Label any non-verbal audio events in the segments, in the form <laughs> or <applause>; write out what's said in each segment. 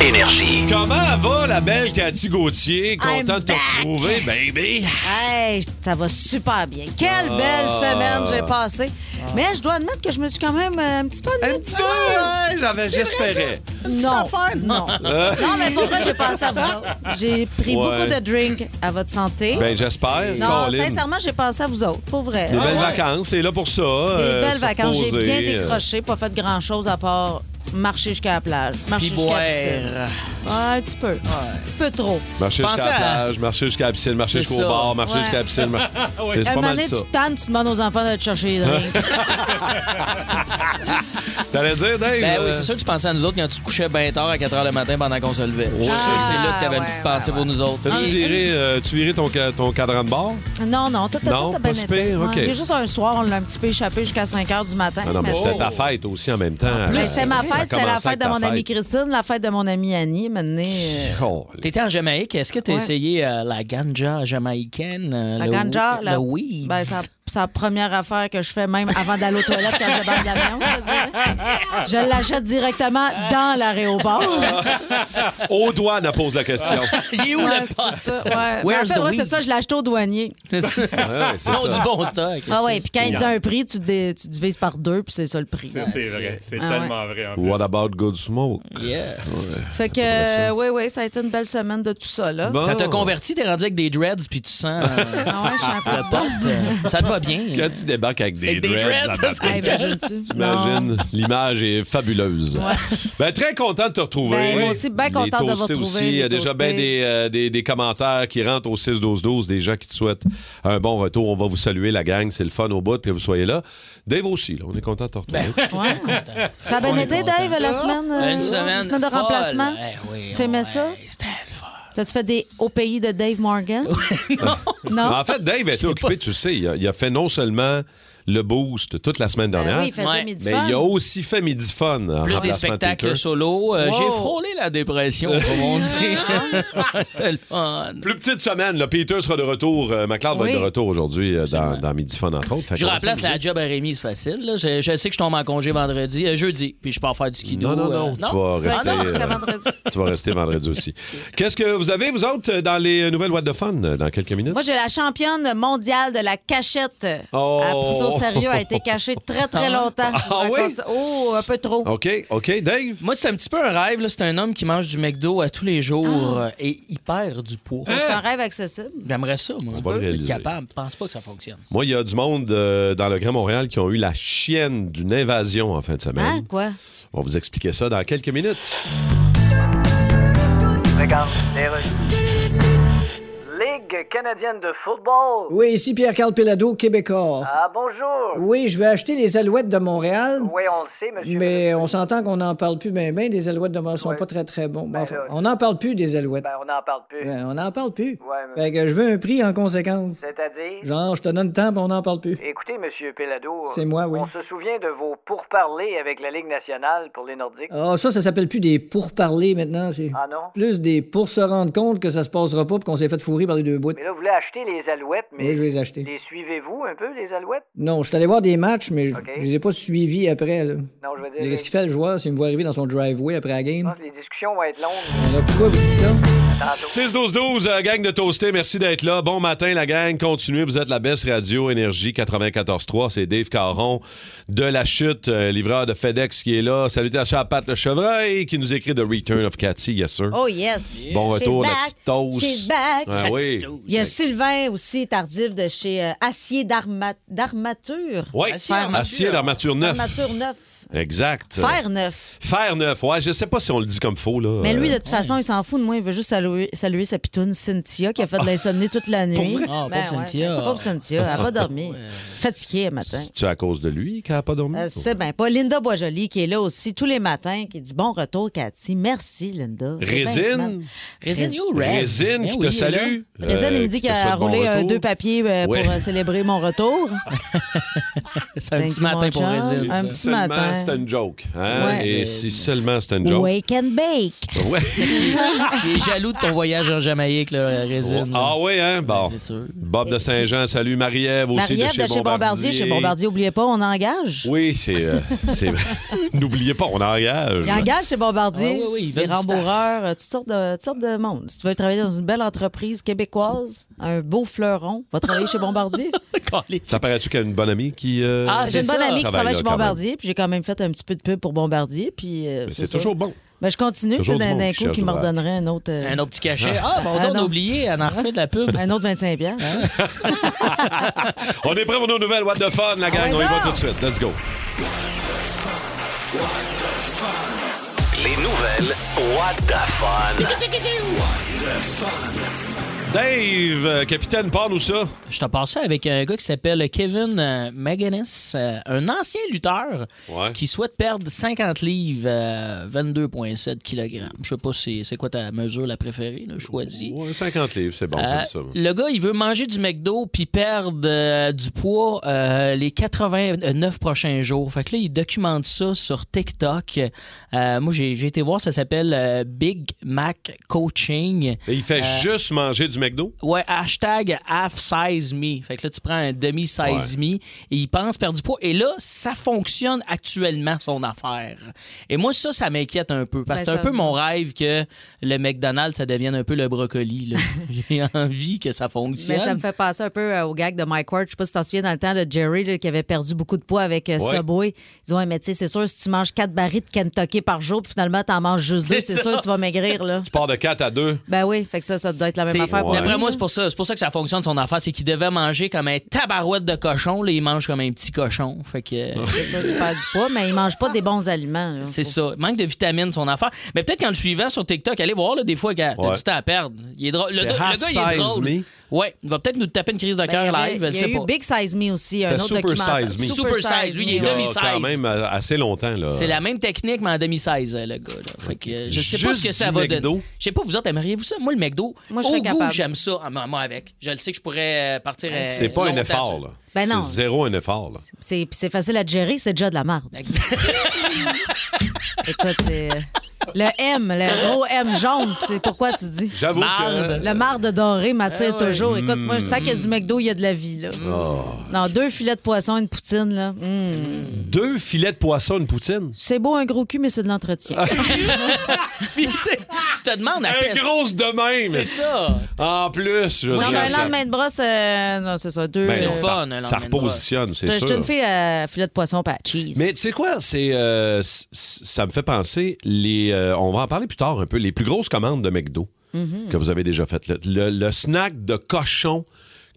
Énergie. Comment va la belle Cathy Gauthier? I'm Content de te back. retrouver, baby. Hey, ça va super bien. Quelle Ah. belle semaine j'ai passée. Mais je dois admettre que je me suis quand même euh, un petit peu de Un petit peu, ouais, j'avais- j'espérais. Euh, Non, non. <laughs> non, mais pour vrai, j'ai pensé à vous autres. J'ai pris Ouais. beaucoup de drinks à votre santé. Ben, j'espère. non, Colin. sincèrement, j'ai pensé à vous autres, pour vrai. Des Ah belles ouais. vacances, euh, c'est là pour ça. Des belles vacances. J'ai bien euh, décroché, pas fait grand-chose à part marcher jusqu'à la plage, marcher Puis jusqu'à la boire. piscine. Ouais, un petit peu. Un petit peu trop. Marcher jusqu'à la Pensez à- plage, marcher jusqu'à la piscine, marcher C'est jusqu'au ça. bar, marcher Ouais. jusqu'à la piscine. <laughs> <laughs> mar- C'est un pas moment mal donné, ça. tu te tannes, tu demandes aux enfants d'aller te chercher des drinks. T'allais dire, Dave? Ben oui, euh, c'est sûr que tu pensais à nous autres quand tu te couchais bien tard à 4 h le matin pendant qu'on se levait. Je suis sûr que c'est là que tu avais une petite ouais, pensée Ah, ouais, pour nous autres. T'as-tu Et- viré, euh, tu viré ton, ca- ton cadran de bord? <laughs> Non, non, tout, tout, Non, tout pas a bien si été. pire, Ouais, OK. il y a juste un soir, on l'a un petit peu échappé jusqu'à 5 h du matin. Ah non, mais mais c'était c'est- ta fête aussi en même temps. Mais Euh, c'était ma ça fête, c'était la commençait fête avec de ta mon <laughs> amie fête. Christine, la fête de mon amie Annie. Maintenant, euh, Oh, T'étais en Jamaïque. Est-ce que t'as Ouais. essayé euh, la ganja jamaïcaine? euh, la le ganja, wee- la- le weed? Bah, ben, c'est la- c'est la première affaire que je fais même avant d'aller aux toilettes quand je bats de l'avion. je veux dire. Je l'achète directement dans l'aéroport. <laughs> Aux douanes, elle pose la <laughs> question. Il est où Ouais, le c'est pot? ça, ouais. ben, Where's En fait, the ouais, weed? c'est ça, je l'ai acheté au douanier. C'est ça. Ouais, c'est Non, du ça. bon stock. Ah ouais, puis quand il dit un prix, tu, dé- tu divises par deux, puis c'est ça le prix. Ça, c'est vrai. C'est Ah tellement vrai. En plus. What about good smoke? Yeah. Fait que, euh, oui, oui, ça a été une belle semaine de tout ça, là. Bon. Ça t'a converti, t'es rendu avec des dreads, puis tu sens <laughs> euh, Ah ouais, je suis un peu le pot. euh, Ça te va bien. Quand tu débarques avec des, Avec des dreads, dreads, ça ça, Hey, ben, imagine-tu? J'imagine, l'image est fabuleuse. Ben, très content de te retrouver. Ben, moi aussi, ben Les content de vous toastés retrouver, aussi. Il y a les déjà bien toastés. des, euh, des, des commentaires qui rentrent au 6-12-12, des gens qui te souhaitent un bon retour. On va vous saluer, la gang. C'est le fun au bout que vous soyez là. Dave aussi, là, on est content de te retrouver. Ouais. Ça a bien est été, content. Dave, la semaine, euh, Une semaine, la semaine de folle. remplacement. Eh oui, Tu aimais ouais, ça? C'était le fun. T'as-tu fait des au pays de <laughs> Dave Morgan? <laughs> non. Mais en fait, Dave était occupé, tu le sais. Il a, il a fait non seulement le boost toute la semaine dernière, Ben oui, il faisait Ouais. midi mais fun. il a aussi fait midi fun. en Plus des remplacement de Peter. spectacles solo. Euh, Wow. Ah, J'ai frôlé la dépression, comme on <laughs> dit. C'était le fun. Plus petite semaine, là. Peter sera de retour. Euh, McLeod Oui. va être de retour aujourd'hui euh, dans, dans Midi Fun, entre autres. Fait Je qu'on remplace s'amuse. la job à Rémi, c'est facile. là. Je, je sais que je tombe en congé vendredi, euh, jeudi, puis je pars faire du ski Non, non, non, tu vas Ah rester. non, euh, jusqu'à vendredi. <laughs> tu vas rester vendredi aussi. Qu'est-ce que vous avez, vous autres, euh, dans les euh, nouvelles What de Fun euh, dans quelques minutes? Moi, j'ai la championne mondiale de la cachette. Oh. Elle a pris Ah, ça au sérieux, <laughs> elle a été cachée très, très longtemps. Ah oui? Raconte- Oh, un peu trop. OK, OK, Dave. Moi, c'est un petit peu un rêve. là. C'est un homme qui mange du McDo à tous les jours Ah! euh, et il perd du poids. Hein? C'est un rêve accessible. J'aimerais ça, moi. va le réaliser. capable. Je pense pas que ça fonctionne. Moi, il y a du monde euh, dans le Grand Montréal qui ont eu la chienne d'une invasion en fin de semaine. Hein, quoi? On va vous expliquer ça dans quelques minutes. Ligue canadienne de football. Oui, ici Pierre-Carl Pelado, québécois. Ah, bonjour. Oui, je vais acheter les alouettes de Montréal, Oui, on le sait, monsieur. mais on s'entend qu'on n'en parle plus bien, bien. Des alouettes de Montréal sont pas très, très bons. Bon, enfin, Ben, là, on n'en parle plus des alouettes. Ben, on n'en parle plus. Ben, on n'en parle plus. Ouais, mais- Fait que je veux un prix en conséquence. C'est-à-dire? Genre, je te donne le temps, mais on n'en parle plus. Écoutez, monsieur Pelado. C'est moi, oui. On se souvient de vos pourparlers avec la Ligue nationale pour les Nordiques. Ah, ça, ça s'appelle plus des pourparlers maintenant. C'est Ah non? plus des pour se rendre compte que ça se passera pas puis qu'on s'est fait fourrer par les deux bouts. Mais là, vous voulez acheter les alouettes, mais. Oui, je vais les acheter. Les suivez-vous un peu, les alouettes? Non, je suis allé voir des matchs, mais je- OK. Euh, je les ai pas suivis après. là. Non, je veux dire. Qu'est-ce qu'il fait le joueur s'il me voit arriver dans son driveway après la Je game? pense que Ah, les discussions vont être longues. Alors, pourquoi vous dites ça? 6-12-12, euh, gang de Toasté, merci d'être là. Bon matin, la gang. Continuez, vous êtes la baisse radio Énergie 94.3. C'est Dave Caron de La Chute, euh, livreur de FedEx qui est là. Salutations à Pat Le Chevreuil qui nous écrit The Return of Cathy, yes sir. Oh, yes. Bon retour, She's la back. petite toast. She's back. Ah La oui. petite toast. Il y a Sylvain aussi, tardif de chez euh, Acier d'Arma- d'Armature. Oui, Acier d'armature. acier d'armature neuf. Armature 9. Exact. Faire neuf. Faire neuf, ouais, je sais pas si on le dit comme faux, là. Mais lui, Euh, de toute façon, il s'en fout de moi. Il veut juste saluer, saluer sa pitoune Cynthia qui <laughs> a fait de l'insomnie toute la nuit. Ah, pauvre Ben ouais, Cynthia. pauvre Cynthia. Elle n'a <laughs> pas dormi. Fatiguée le matin. C'est-tu à cause de lui qu'elle a pas dormi? Euh, c'est bien pas Linda Boisjoli qui est là aussi tous les matins, qui dit bon retour, Cathy. Merci, Linda. C'est bien Résine? smart. Résine, you, Rez. Résine Eh qui te oui, il est là. salue. Ben Résine, il me qui dit te qu'elle a souhaite bon roulé euh, retour. deux papiers euh, Ouais. pour euh, célébrer mon retour. C'est un Thank petit you, matin mon pour chum. Résine. Un ça. Si petit seulement matin. c'était une joke. hein, Ouais. Et C'est- si seulement c'était une joke. Wake and bake. Ouais. <laughs> Il est jaloux de ton voyage en Jamaïque, là, Résine. Ah oui, hein? Bon. C'est sûr. Bob de Saint-Jean, salut. Marie-Ève aussi Marie-Ève de chez Bombardier. Chez Bombardier, oubliez pas, on engage. Oui, c'est. <laughs> euh, c'est- N'oubliez pas, on engage. Il engage chez Bombardier, Ouais, ouais, ouais, ils les veulent du staff. rembourreurs, euh, toutes sortes, de, toutes sortes de monde. Si tu veux travailler dans une belle entreprise québécoise, un beau fleuron, va travailler <laughs> chez Bombardier. Ça paraît-tu qu'elle a une bonne amie qui. euh, Ah, J'ai c'est une bonne ça. amie Travaille qui travaille là, chez quand même. Bombardier, puis j'ai quand même fait un petit peu de pub pour Bombardier. Puis, euh, Mais c'est ça. toujours bon. Ben, je continue, tu sais, Toujours du d'un monde d'un qui coup, cherche qui me l'ouvrage. redonnerait un autre, euh, Un autre petit cachet. Ah, bon, Ah, on a non. Ah, oublié, elle en refait de la pub. un autre 25 piastres. Hein, <laughs> On est prêts pour nos nouvelles. What the fun, la gang. Ah ouais, on y va donc. tout de suite. Let's go. Les nouvelles, what the fun. Dave, euh, capitaine, parle-nous ça. Je t'en passais avec un gars qui s'appelle Kevin euh, McGuinness, euh, un ancien lutteur Ouais. qui souhaite perdre 50 livres, euh, 22,7 kg. Je sais pas si c'est quoi ta mesure la préférée, là, choisie. Ouais, 50 livres, c'est bon, Euh, j'aime ça. moi. le gars, il veut manger du McDo puis perdre euh, du poids euh, les 89 prochains jours. Fait que là, il documente ça sur TikTok. Euh, moi, j'ai j'ai été voir, ça s'appelle euh, Big Mac Coaching. Euh, Et il fait juste manger du McDo? Ouais, hashtag half size me. Fait que là, tu prends un demi size me et il pense perdre du poids. Et là, ça fonctionne actuellement, son affaire. Et moi, ça, ça m'inquiète un peu. Parce que Ben, c'est un ça- peu mon rêve que le McDonald's, ça devienne un peu le brocoli. <laughs> là. J'ai envie que ça fonctionne. Mais ça me fait penser un peu euh, au gag de Mike Ward. Je sais pas si t'en souviens dans le temps, le Jerry là, qui avait perdu beaucoup de poids avec euh, Ouais. Subway. Il dit Ouais, mais tu sais, c'est sûr, si tu manges 4 barils de Kentucky par jour, puis finalement, t'en manges juste deux, C'est c'est ça. sûr, que tu vas maigrir, <laughs> là. Tu pars de 4 à 2. Ben oui, fait que ça, ça doit être la même C'est- affaire pour D'après lui, moi, là. c'est pour ça. C'est pour ça que ça fonctionne son affaire. C'est qu'il devait manger comme un tabarouette de cochon. Là, il mange comme un petit cochon. Fait que. C'est sûr qu'il perd du poids, mais il mange pas des bons aliments. là. C'est ça. Manque de vitamines, son affaire. Mais peut-être qu'en le suivant sur TikTok, allez voir, là, des fois, gars, t'as Ouais. du temps à perdre. Il est drôle. Le, C'est gars- le half gars, il est size drôle. me. Ouais, il va peut-être nous taper une crise de Ben, il y cœur avait- live, je il y a sais eu pas. Big Size Me aussi, un C'est autre Super documentaire. Size Me. Super Size, lui, il est Me. Il y a demi-size. quand même euh, assez longtemps. Là. C'est la même technique, mais en demi-size, euh, le gars. là. Fait que, euh, je sais pas Juste ce que ça du va McDo. donner. Je sais pas, vous autres, aimeriez-vous ça? Moi, le McDo, Moi, je au serais goût, capable. j'aime ça. Ah, moi, moi, avec. Je le sais que je pourrais euh, partir. euh, C'est pas un longtemps effort. sur- Là. Ben non. C'est zéro un effort. Là. C'est puis c'est facile à gérer, c'est déjà de la marde. Exact. <laughs> Écoute, c'est le M, le gros M jaune, puis c'est pourquoi tu dis. J'avoue que. Hmm. Le marde doré m'attire Ah toujours. Écoute, moi, tant qu'il y a du McDo, il y a de la vie. Là. Ah. Non, deux filets de poisson, une poutine. là. Mm. Deux filets de poisson, une poutine. C'est beau un gros cul, mais c'est <laughs> de l'entretien. <laughs> Puis, tu sais, tu te demandes à Un quel. grosse de même. C'est ça. En plus, je veux non, dire, mais un ça- lendemain de brosse, euh, non, c'est ça, deux. Ben, euh, ça, le fun, un ça lendemain de repositionne, c'est je sûr. te le fais euh, filet de poisson pas cheese. Mais tu sais quoi, c'est euh, c- c- ça me fait penser les euh, on va en parler plus tard un peu les plus grosses commandes de McDo que vous avez déjà faites le, le- le snack de cochon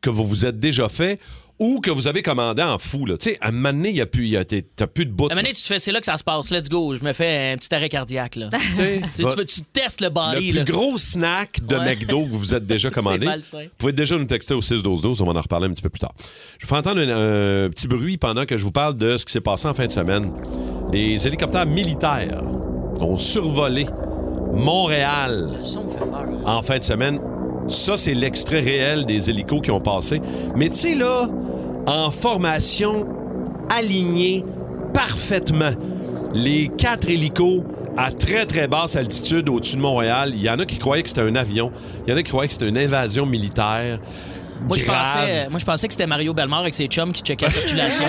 que vous vous êtes déjà fait ou que vous avez commandé en fou là. Tu sais à un moment donné, il y a plus il y a- t'es- t'as plus de bout. À un moment donné, tu te fais, c'est là que ça se passe. Let's go. Je me fais un petit arrêt cardiaque, là. tu sais, Tu, va- tu, veux- tu testes le body. le là. plus gros snack de Ouais. McDo que vous vous êtes déjà <laughs> C'est commandé. malsain. Vous pouvez déjà nous texter au 6 12 12, on va en reparler un petit peu plus tard. Je vous fais entendre un, un petit bruit pendant que je vous parle de ce qui s'est passé en fin de semaine. Les hélicoptères militaires ont survolé Montréal Le son me fait peur. en fin de semaine. Ça, c'est l'extrait réel des hélicos qui ont passé. Mais tu sais, là, en formation alignée parfaitement, les quatre hélicos à très, très basse altitude au-dessus de Montréal, il y en a qui croyaient que c'était un avion, il y en a qui croyaient que c'était une invasion militaire. Moi, je grave. euh, pensais, euh, moi, je pensais que c'était Mario Bellemare avec ses chums qui checkaient la <laughs> circulation.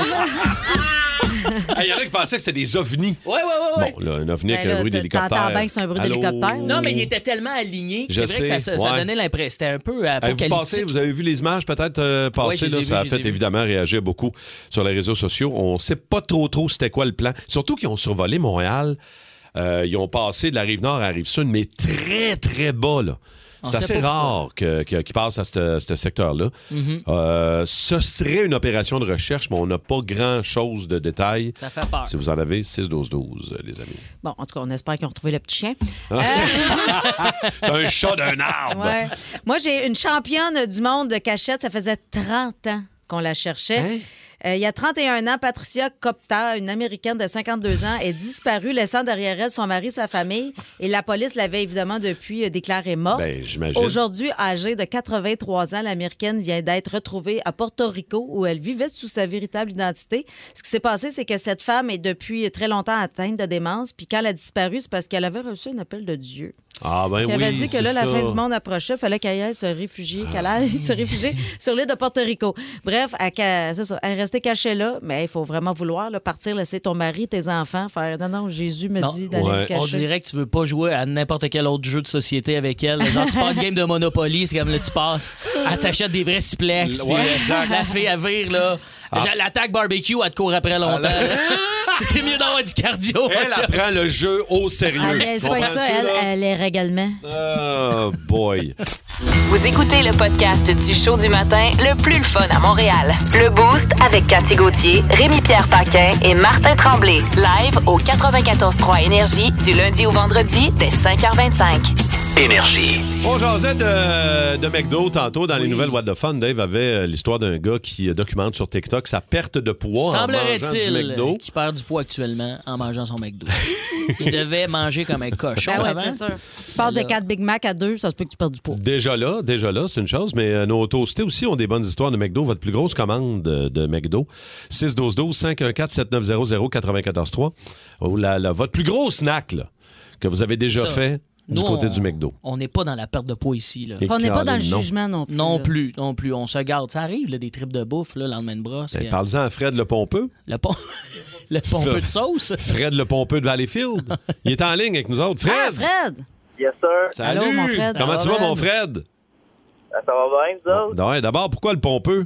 Ah, Il y en a qui pensaient que c'était des ovnis. ouais, ouais, ouais, ouais. Bon, là, un ovni avec Ben un là, bruit t'entends d'hélicoptère. bien que c'est un bruit Allô? d'hélicoptère. non, mais il était tellement aligné que Je c'est vrai que ça, sais, ça- ça ouais. donnait l'impression. C'était un peu Avez-vous passé, apocalyptique. vous avez vu les images peut-être euh, passer, Ouais, je les là, ai ça vues, a je fait les ai vues. évidemment réagir beaucoup sur les réseaux sociaux. On sait pas trop trop c'était quoi le plan. Surtout qu'ils ont survolé Montréal. Euh, ils ont passé de la rive nord à la rive sud, mais très très bas là. On C'est assez sait pas rare que- que- qu'ils passent à ce ce secteur-là. Mhm. Euh, ce serait une opération de recherche, mais on n'a pas grand-chose de détails. Ça fait peur. Si vous en avez, 6-12-12, les amis. Bon, en tout cas, on espère qu'ils ont retrouvé le petit chien. Ah. Euh, T'as <laughs> un chat d'un arbre! Ouais. Moi, j'ai une championne du monde de cachette. Ça faisait 30 ans qu'on la cherchait. Hein? Euh, il y a 31 ans, Patricia Copta, une Américaine de 52 ans, est disparue, laissant derrière elle son mari, sa famille. Et la police l'avait évidemment depuis euh, déclarée morte. Ben, j'imagine. Aujourd'hui, âgée de 83 ans, l'Américaine vient d'être retrouvée à Porto Rico où elle vivait sous sa véritable identité. Ce qui s'est passé, c'est que cette femme est depuis très longtemps atteinte de démence. Puis quand elle a disparu, c'est parce qu'elle avait reçu un appel de Dieu. Ah, ben Qui oui. avait dit que c'est là, la ça. Ah fin du monde approchait, fallait qu'elle aille se réfugier, qu'elle aille se réfugier sur l'île de Porto Rico. Bref, elle, ca- c'est ça, elle est restée cachée là, mais il faut vraiment vouloir là, partir, laisser ton mari, tes enfants, faire non, non, Jésus me Non. dit d'aller Ouais. me On cacher. dirait que tu veux pas jouer à n'importe quel autre jeu de société avec elle. Genre, tu pars de game de Monopoly, c'est comme là, tu pars. Elle s'achète des vrais siplex. Ouais, Ah. puis, euh, la fille à vire, là. Genre, L'attaque barbecue, elle te court après longtemps. <laughs> C'était mieux d'avoir du cardio. Elle genre. apprend le jeu au sérieux. Elle est Tu Ah, ça, comprends-tu, elle, là? elle est régalement. Oh, boy. Vous écoutez le podcast du show du matin le plus le fun à Montréal. Le Boost avec Cathy Gauthier, Rémi-Pierre Paquin et Martin Tremblay. Live au 94.3 Énergie du lundi au vendredi dès 5h25. Énergie. On jasait de, de McDo tantôt dans les nouvelles What the Fun. Dave avait euh, l'histoire d'un gars qui euh, documente sur TikTok sa perte de poids en mangeant du Semblerait-il McDo. qu'il perd du poids actuellement en mangeant son McDo. <laughs> Il devait manger comme un Ah cochon Ben ouais, avant. c'est sûr. Tu passes de Là. 4 Big Mac à 2, ça se peut que tu perdes du poids. Déjà là, déjà là, c'est une chose, mais euh, nos toastés aussi ont des bonnes histoires de McDo. Votre plus grosse commande euh, de, McDo, 612-12-514-7900-943. Oh là là, votre plus gros snack là, que vous avez déjà Ça. fait Nous, du côté on- du McDo. On n'est pas dans la perte de poids ici. Là. Et On n'est pas dans le Caroline, non. jugement non plus. Non là. plus, non plus. On se garde. Ça arrive, là, des tripes de bouffe, là, le lendemain de brosse. Ben, que- Parle-en à Fred le pompeux. Le pont, <laughs> le pont peu de sauce. Fred le pompeux de Valleyfield. Il est en ligne avec nous autres. Ah, Fred! Fred! Yes, sir. Ben, Salut! Allô, mon Fred. Ben? Comment tu vas, Allô, Fred? Ben? mon Fred? Ça va bien, vous autres? Ouais, D'abord, pourquoi le pompeux?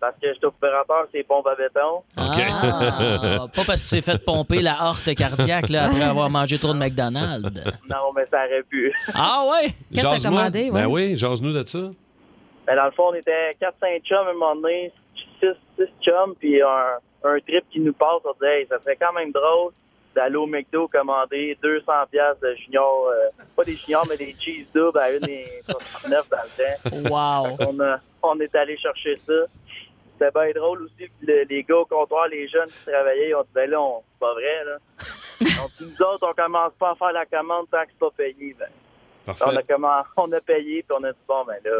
Parce que je suis opérateur, c'est pompe à béton. <laughs> Ah, pas parce que tu t'es fait pomper la horte cardiaque là, après avoir mangé trop de McDonald's. Non, mais ça aurait <laughs> pu. Ah ouais? Qu'est-ce que t'as Jase-moi. commandé, ouais? Ben oui, jase-nous de ça. Mais Ben, dans le fond, on était 4-5 chums à un moment donné, 6, chums, puis un, un trip qui nous passe. On disait, hey, ça serait quand même drôle d'aller au McDo commander 200 pièces de junior, euh, pas des juniors, mais des cheese doubles à 1,69 dans le temps. Wow. On, a- on est allé chercher ça. C'était bien drôle aussi. puis le- les gars au comptoir, les jeunes qui travaillaient, ils ont dit, ben là, on- c'est pas vrai, là. Donc, nous autres, on commence pas à faire la commande tant que c'est pas payé. Ben, Parfait. On a, comment, on a payé, puis on a dit, bon, ben là,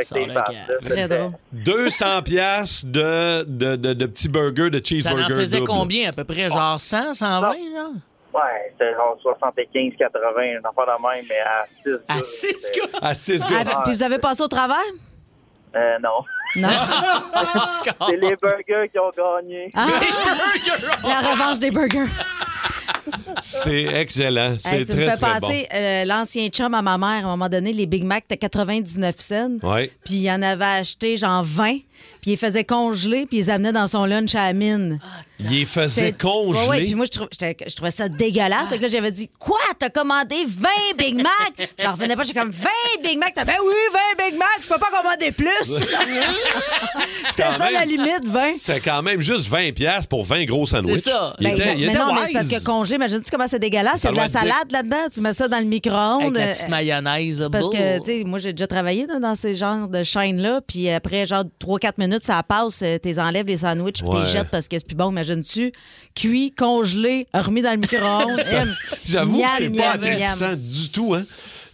c'est Sors vrai que le t'es fast, gars. là, Très c'est- drôle. 200 piastres de, de, de, de petits burgers, de Ça cheeseburgers. en faisait doubles. combien à peu près? Genre 100, 120? Là? Ouais, c'était genre 75, 80, on en parle de même, mais à 6. À 6 gars? À 6 Ah, gars. puis vous avez passé au travers? Euh, non. <laughs> Non. C'est les burgers qui ont gagné. Ah! La revanche des burgers. C'est excellent. C'est Hey, tu très, me fais très passer euh, l'ancien chum à ma mère. À un moment donné, les Big Mac, t'as 99 cents. bon. Ouais. Puis il en avait acheté genre 20. Puis il les faisait congeler, puis il les amenait dans son lunch à la mine. Il les faisait Ouais, ouais, puis congeler. moi, je, trou- j'étais- je trouvais ça dégueulasse. Fait que là, j'avais dit Quoi, t'as commandé 20 Big Mac Je leur revenais pas, j'étais comme 20 Big Mac. T'as ben oui, 20 Big Mac, je peux pas commander plus. C'est Quand ça même. la limite, 20. C'est quand même juste 20 piastres pour 20 gros sandwichs. C'est ça. Il Ben, était, ben, il mais était non, mais wise. c'est parce que congé, imagine-tu comment c'est dégueulasse? Il y a de doit la être salade là-dedans, tu mets ça dans le Avec micro-ondes. la petite Euh, mayonnaise. C'est parce que, Bouh. tu sais, moi, j'ai déjà travaillé là, dans ces genres de chaînes-là. Puis après, genre, 3-4 minutes, ça passe. euh, T'es enlèves les sandwichs, puis Ouais. t'es jettes parce que c'est plus bon, imagine-tu. Cuit, congelé, remis dans le <laughs> micro-ondes. Hum. J'avoue que Miam, c'est pas miam, miam. appétissant du tout, hein?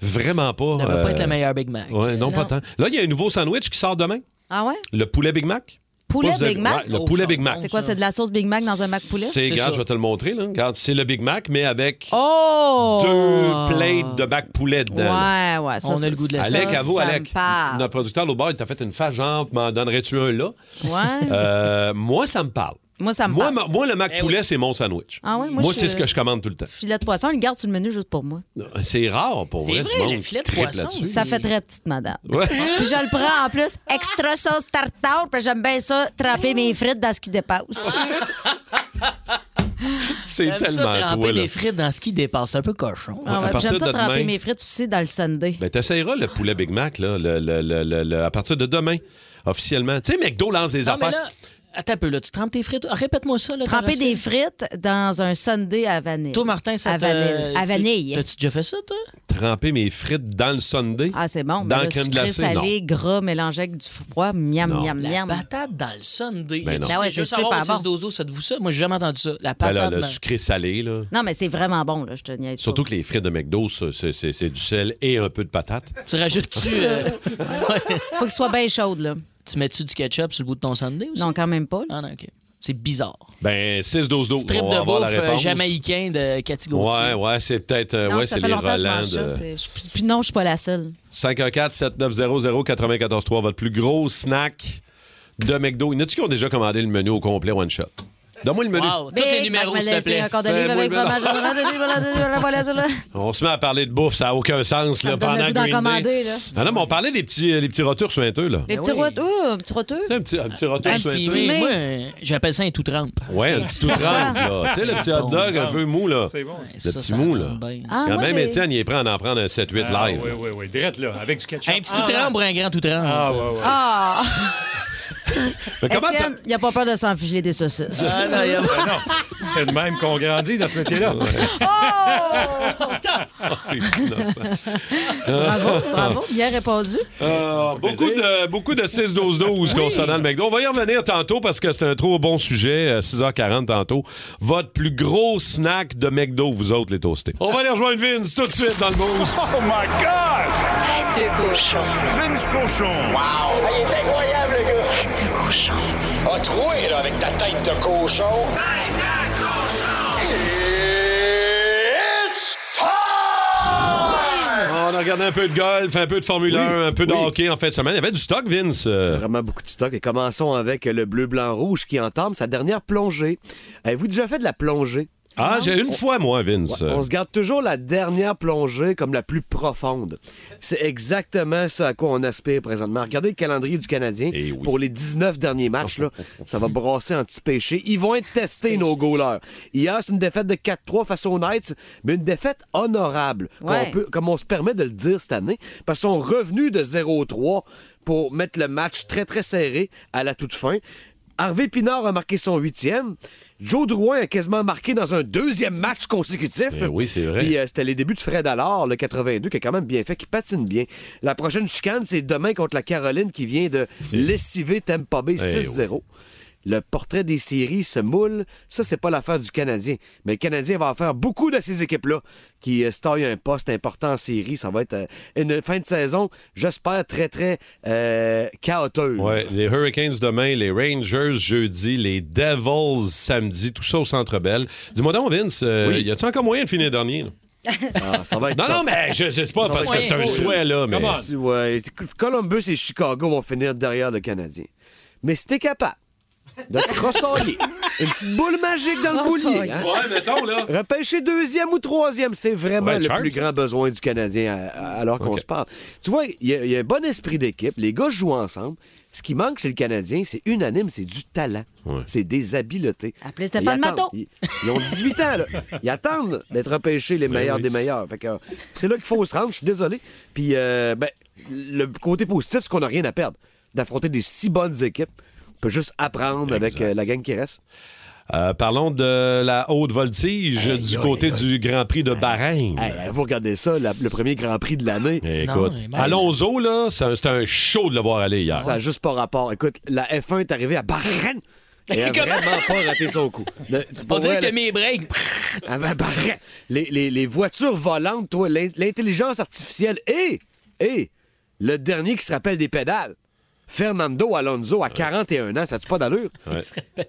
Vraiment pas. Ça ne euh, pas être le meilleur Big Mac. Ouais, non, pas tant. Là, il y a un nouveau sandwich qui sort demain. Ah ouais? Le poulet Big Mac. Poulet Pas vous avez- Big Mac? Ouais, le Oh, poulet ça, Big Mac. C'est quoi, c'est de la sauce Big Mac dans un Mac poulet? C'est, C'est regarde, ça. je vais te le montrer. Là. Regarde, c'est le Big Mac, mais avec Oh! deux plates de Mac poulet dedans. là. Ouais, ouais. Ça, On a c'est- le goût de la ça, sauce. Alec, ça, à vous, ça me Alec. parle. Notre producteur, l'autre bord, il t'a fait une fage ample. M'en donnerais-tu un là? Ouais. <laughs> <laughs> Euh, moi, ça me parle. Moi, ça me Moi, parle. ma- moi, le Mac Eh poulet, c'est mon sandwich. Ah ouais, moi, je- c'est ce que je commande tout le temps. Filet de poisson, il le garde sur le menu juste pour moi. C'est rare pour C'est vrai, vrai, du monde le filet de qui tripe poisson là-dessus. aussi. Ça fait très petite, madame. Ouais. Puis je le prends en plus, extra sauce tartare, puis j'aime bien ça, tremper mes frites dans ce qui dépasse. C'est J'aime tellement ça, tremper toi, là. des frites dans ce qui dépasse. C'est un peu cochon. Ah ouais, à puis partir J'aime ça de tremper demain- mes frites aussi dans le Sunday. Ben, t'essayeras le poulet Big Mac, là, le- le- le- le- le- à partir de demain, officiellement. Tu sais, McDo lance des Non, mais affaires. là, attends un peu, là. Tu trempes tes frites. Ah, Répète-moi ça, là. ta Tremper des recette. frites dans un Sunday à vanille. Toi, Martin, ça À te- vanille. Euh, À vanille. euh, T'as-tu déjà fait ça, toi? Tremper mes frites dans le Sunday. Ah, c'est bon. Dans Ben là, le crème sucré, glacée, salé, gras, mélangé avec du froid, miam, Non. miam, La miam. patate dans le sundae. Ben non. Ben ouais, c'est juste super savoir bon. au 12 12 faites-vous ça? Moi, j'ai jamais entendu ça. La Ben patate là, le dans- sucré salé, là. Non, mais c'est vraiment bon, là, je te niaise. Surtout que les frites de McDo, ça, c'est c'est- c'est du sel et un peu de patate. Tu rajoutes-tu... euh, que... Faut qu'il soit bien chaude, là. tu mets-tu du ketchup sur le bout de ton sundae aussi? Non, quand même pas. là. Ah non, OK. C'est bizarre. <laughs> Ben, 6-12-12. Trip on va de avoir bouffe la euh, réponse. jamaïcain de Ouais, catégorie. ouais, c'est peut-être. euh, Non, ouais, ça c'est fait les euh. longtemps que je relents mange ça. de. c'est- je- Puis non, je suis pas la seule. 514-7900-943, votre plus gros snack de McDo. Il y en a-tu qui ont déjà commandé le menu au complet one shot? Donne-moi le menu. Wow, Oh, tous les Big Mac numéros, s'il te malaisé, plaît. Un cordon Fais-moi avec le fromage orange, voilà, voilà, voilà, voilà. On se met à parler de bouffe, ça n'a aucun sens Ça là, me donne pendant le goût d'en Green Day. commander, là. Non, non, mais on parlait des petits, les petits retours suinteux, là. Tu Les petits oui. roteux, oui, un petit roteux. sais, un petit, un petit retour Un suinteux. petit- timé. Moi, euh, j'appelle ça un tout trempe. Ouais, un petit tout trempe, là. Tu sais, le petit hot dog un peu mou, là. C'est bon. ça. Le petit mou, là. Ah, Quand moi, même, j'ai- Étienne, il est prêt à en prendre un 7-8 Ah, live. oui, oui, oui. Direct, là, avec du ketchup. Un petit Ah, tout trempe pour un grand tout trempe. Ah, ouais, ouais. Ah! Mais comment t'as- Étienne, il a pas peur de s'enfiler des <laughs> saucisses. Ah, non, y a- Ben non, <laughs> c'est de même qu'on grandit dans ce <laughs> métier-là. Oh! <laughs> Oh, T'es innocent. Bravo, bravo, bien répondu. Euh, beaucoup de, beaucoup de 6-12-12 concernant le McDo. On va y revenir tantôt parce que c'est un trop bon sujet, euh, 6h40 tantôt. Votre plus gros snack de McDo, vous autres, les toastés. Oh. On va aller rejoindre Vince tout de suite dans le boost. Tête de cochon. Ah, il est incroyable, le gars! Tête de cochon. Ah, troué, là, avec ta tête de cochon. Tête de cochon! It's time! Ah, On a regardé un peu de golf, un peu de Formule 1, un peu de hockey en fin de semaine. Il y avait du stock, Vince. Euh, Vraiment beaucoup de stock. Et commençons avec le bleu-blanc-rouge qui entame sa dernière plongée. Avez-vous déjà fait de la plongée? Ah, j'ai une fois, moi, Vince. On se garde toujours la dernière plongée comme la plus profonde. C'est exactement ça à quoi on aspire présentement. Regardez le calendrier du Canadien Eh oui. pour les 19 derniers matchs. Là, ça va brasser en petit péché. Ils vont être testés, nos goalers. Hier, c'est une défaite de 4-3 face aux Knights, mais une défaite honorable, qu'on Ouais. peut- comme on se permet de le dire cette année, parce qu'ils sont revenus de 0-3 pour mettre le match très, très serré à la toute fin. Harvey Pinard a marqué son huitième. Joe Drouin a quasiment marqué dans un deuxième match consécutif. Ben oui, c'est vrai. Puis, euh, c'était les débuts de Fred Allard, le 82, qui a quand même bien fait, qui patine bien. La prochaine chicane, c'est demain contre la Caroline qui vient de lessiver Tampa Bay Eh 6-0. Le portrait des séries se moule. Ça, c'est pas l'affaire du Canadien. Mais le Canadien va en faire beaucoup de ces équipes-là qui euh, se taillent un poste important en série. Ça va être euh, une fin de saison, j'espère, très, très euh, chaoteuse. Ouais, les Hurricanes demain, les Rangers jeudi, les Devils samedi, tout ça au Centre Bell. Dis-moi donc, Vince, euh, Oui. y a-tu encore moyen de finir dernier? là? <laughs> Ah, ça va être Non, top. non, mais je sais pas, parce que c'est un souhait, là, mais... Come on. Ouais, Columbus et Chicago vont finir derrière le Canadien. Mais si t'es capable de te crossoyer, une petite boule magique Ah, dans le boulier, hein? Ouais, mettons, là. <laughs> Repêcher deuxième ou troisième, c'est vraiment Ouais, le Charles, plus ça. grand besoin du Canadien à- à- alors qu'on Ok. se parle. Tu vois, il y, a- il y a un bon esprit d'équipe. Les gars jouent ensemble. Ce qui manque chez le Canadien, c'est unanime, c'est du talent. Ouais. C'est des habiletés. Appelez Stéphane Ils attendent. Matteau. Ils, ils ont 18 ans, là. Ils attendent d'être repêchés les meilleurs Ben oui. des meilleurs. Fait que, euh, c'est là qu'il faut se rendre, je suis désolé. Puis, euh, ben, le côté positif, c'est qu'on n'a rien à perdre d'affronter des si bonnes équipes. On peut juste apprendre avec euh, la gang qui reste. Euh, parlons de la haute voltige Aïe, du aïe, aïe. côté du Grand Prix de Bahreïn. Eh, Hey, vous regardez ça, la- le premier Grand Prix de l'année. Écoute, Non, mais mal. Alonso, là, c'est un- c'était un show de le voir aller hier. Ça n'a juste pas rapport. Écoute, la F1 est arrivée à <laughs> Bahreïn. Et a vraiment pas raté son coup. Le- On pour dirait vrai, que t'as là, mis les breaks. avant Bahreïn, les, les- les voitures volantes, toi, l'in- l'intelligence artificielle et, et le dernier qui se rappelle des pédales. Fernando Alonso, à 41 ans, ça tue pas d'allure?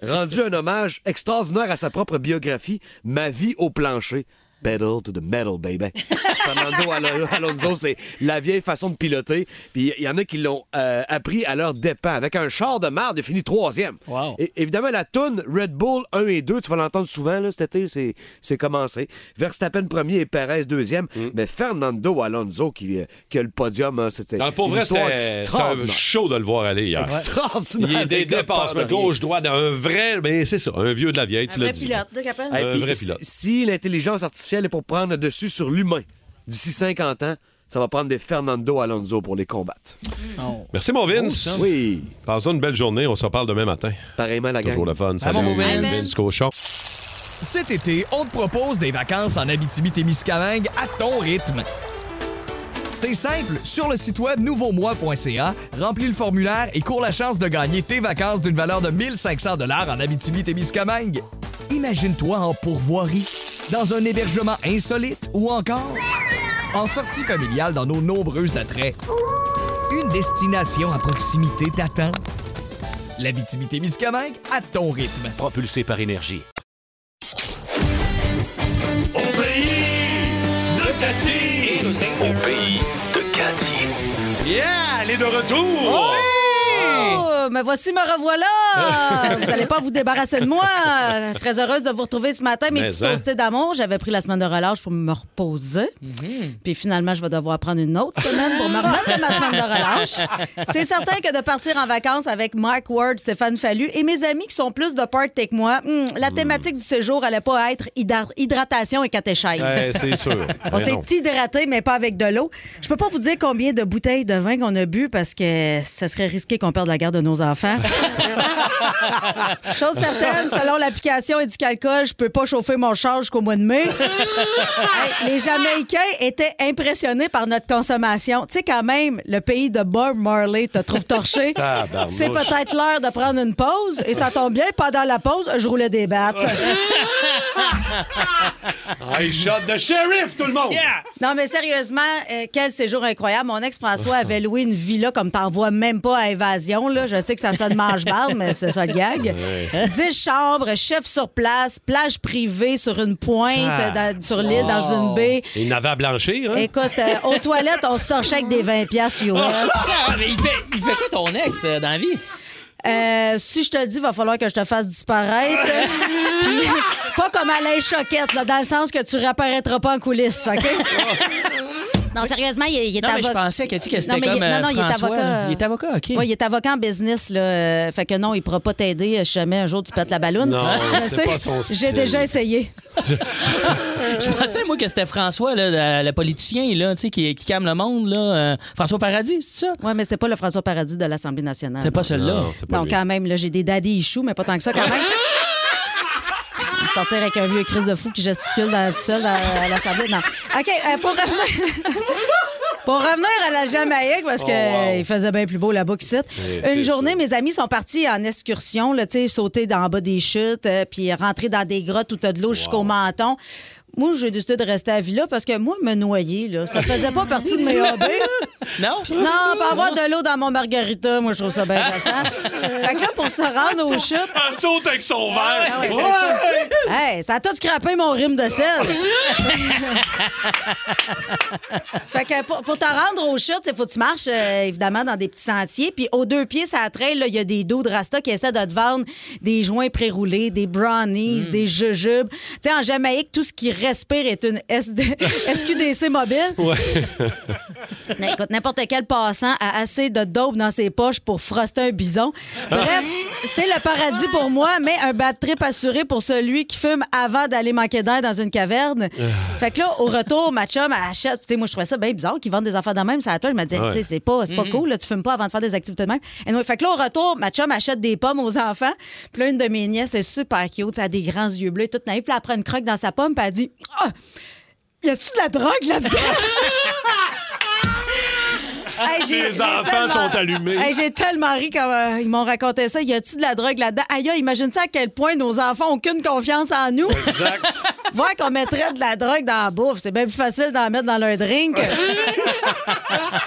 Rendu un hommage extraordinaire à sa propre biographie, Ma vie au plancher. Pedal to the metal, baby. <laughs> Fernando Alo- Alonso, c'est la vieille façon de piloter. Puis il y en a qui l'ont euh, appris à leur dépens. Avec un char de marde, il a fini troisième. Et- évidemment, la toune Red Bull 1 et 2, tu vas l'entendre souvent là, cet été, c'est- c'est commencé. Verstappen premier et Perez deuxième. Mm. Mais Fernando Alonso qui, euh, qui a le podium, hein, c'était. Ah, pour une vrai, histoire c'était c'était un extraordinaire. show de le voir aller hier. Ouais. Extraordinaire, Il y a les des gars, dépassements pardon. gauche-droit d'un vrai, mais c'est ça, un vieux de la vieille, tu l'as vrai dit. pilote, de capable. Hey, Un puis vrai si- pilote. Si l'intelligence artificielle est pour prendre le dessus sur l'humain d'ici 50 ans, ça va prendre des Fernando Alonso pour les combattre. Oh. Merci, mon Vince. Oui. Passons une belle journée. On se reparle demain matin. Pareillement, la Toujours le fun. Bye, mon Salut, beau Vince. Vince Cochon. Cet été, on te propose des vacances en Abitibi-Témiscamingue à ton rythme. C'est simple, sur le site web nouveaumois.ca, remplis le formulaire et cours la chance de gagner tes vacances d'une valeur de 1500 dollars en Abitibi-Témiscamingue. Imagine-toi en pourvoirie, dans un hébergement insolite ou encore en sortie familiale dans nos nombreux attraits. Une destination à proximité t'attend. L'Abitibi-Témiscamingue à ton rythme. Propulsé par énergie. Au pays de Cathy! Au pays de Cathy. Yeah! Elle est de Oh! retour! Oh, me voici, me revoilà! vous n'allez pas vous débarrasser de moi. Très heureuse de vous retrouver ce matin, mes Mais petits hein. toastés d'amour. J'avais pris la semaine de relâche pour me reposer. Puis finalement, je vais devoir prendre une autre semaine pour me remettre de ma semaine de relâche. C'est certain que de partir en vacances avec Mike Ward, Stéphane Fallu et mes amis qui sont plus de party que moi, hmm, la thématique du séjour allait pas être hydra- hydratation et catéchèse. Ouais, c'est sûr. <laughs> On Mais non. s'est hydraté, mais pas avec de l'eau. Je peux pas vous dire combien de bouteilles de vin qu'on a bu parce que ce serait risqué qu'on perde la garde de <laughs> nos enfants. Chose certaine, selon l'application Éducalcool, je peux pas chauffer mon char jusqu'au mois de mai. Hey, les Jamaïcains étaient impressionnés par notre consommation. Tu sais, quand même, le pays de Bob Marley te trouve torché. Tabarnouche. C'est peut-être l'heure de prendre une pause. Et ça tombe bien, pendant la pause, je roulais des battes. I shot the sheriff, tout le monde! Non, mais sérieusement, euh, quel séjour incroyable. Mon ex-François avait loué une villa comme t'en vois même pas à Évasion. Là. Je sais que ça sonne mange-barbe, mais c'est ça le gag. Ouais. 10 chambres, chef sur place, plage privée sur une pointe, Ah. dans- sur l'île, dans une baie. Il n'avait à blanchir, hein? Écoute, euh, aux toilettes, on se torchait avec des 20 piastres US. Ah, mais il fait, il fait quoi ton ex euh, dans la vie? Euh, si je te le dis, va falloir que je te fasse disparaître. <laughs> Puis, pas comme Alain Choquette, là, dans le sens que tu réapparaîtras pas en coulisses, OK? non, sérieusement, il, est- il est Non, mais je avocat. pensais que, tu sais, que c'était Non, mais il- comme, euh, non, non, il est François, avocat. là. Il est avocat, OK. Oui, il est avocat en business, là. Euh, Fait que non, il pourra pas t'aider euh, si jamais un jour tu pètes la balloune. Non, <laughs> Je c'est sais, pas son J'ai style. déjà essayé. Euh. <laughs> Je pensais, moi, que c'était François, là, le, le politicien là, tu sais, qui, qui calme le monde. Là. euh, François <laughs> Paradis, c'est ça? Oui, mais c'est pas le François Paradis de l'Assemblée nationale. C'est pas celui-là. Non, Non, c'est pas lui. quand même, là, j'ai des daddy issues, mais pas tant que ça, <laughs> quand même. Sortir avec un vieux Christ de fou qui gesticule dans, tout seul à l'Assemblée, non. OK, euh, pour revenir... <laughs> Pour revenir à la Jamaïque, parce qu'il Oh, wow. faisait bien plus beau là-bas qu'ici. Eh, Une c'est journée, mes amis sont partis en excursion, là, tu sais, sauter dans bas des chutes, euh, puis rentrer dans des grottes où t'as de l'eau jusqu'au menton. Moi, j'ai décidé de rester à Villa parce que moi, me noyer, là, ça faisait pas partie <laughs> de mes hobbies. Non? Non, pas avoir de l'eau dans mon margarita, moi, je trouve Ben, ça <laughs> bien intéressant. fait que là, pour se rendre aux chutes... Elle saute avec son Ah ouais, c'est ça. Hey, ça a tout scrappé mon rime de sel. fait que pour, pour te rendre aux chutes, il faut que tu marches, euh, évidemment, dans des petits sentiers. Puis aux deux pieds, ça trail, là, il y a des dos de Rasta qui essaient de te vendre des joints pré-roulés, des brownies, des jujubes. Tu sais, en Jamaïque, tout ce qui respire est une <laughs> SD SQDC mobile. Ouais. <laughs> Mais Écoute, n'importe quel passant a assez de dope dans ses poches pour froster un bison. Bref, c'est le paradis pour moi, mais un bad trip assuré pour celui qui fume avant d'aller manquer d'air dans une caverne. fait que là, au retour, ma chum elle achète. Tu sais, moi, je trouvais ça bien bizarre qu'ils vendent des affaires de même. Ça, à toi, je me disais, Ouais. tu sais, c'est pas, c'est pas Mhm. cool, là, tu fumes pas avant de faire des activités de même. Et fait que là, au retour, ma chum achète des pommes aux enfants. Puis là, une de mes nièces est super cute. Elle a des grands yeux bleus, toute naïve. Puis là, elle prend une croque dans sa pomme, puis elle dit, Ah! y a-tu de la drogue là-dedans? Hey, j'ai- Les j'ai enfants tellement- sont allumés. Hey, j'ai tellement ri quand euh, ils m'ont raconté ça. Y a-tu de la drogue là-dedans? Aïe, aïe, imagine ça à quel point nos enfants n'ont aucune confiance en nous. Exact. <laughs> Voir qu'on mettrait de la drogue dans la bouffe, c'est bien plus facile d'en mettre dans <laughs> leur drink.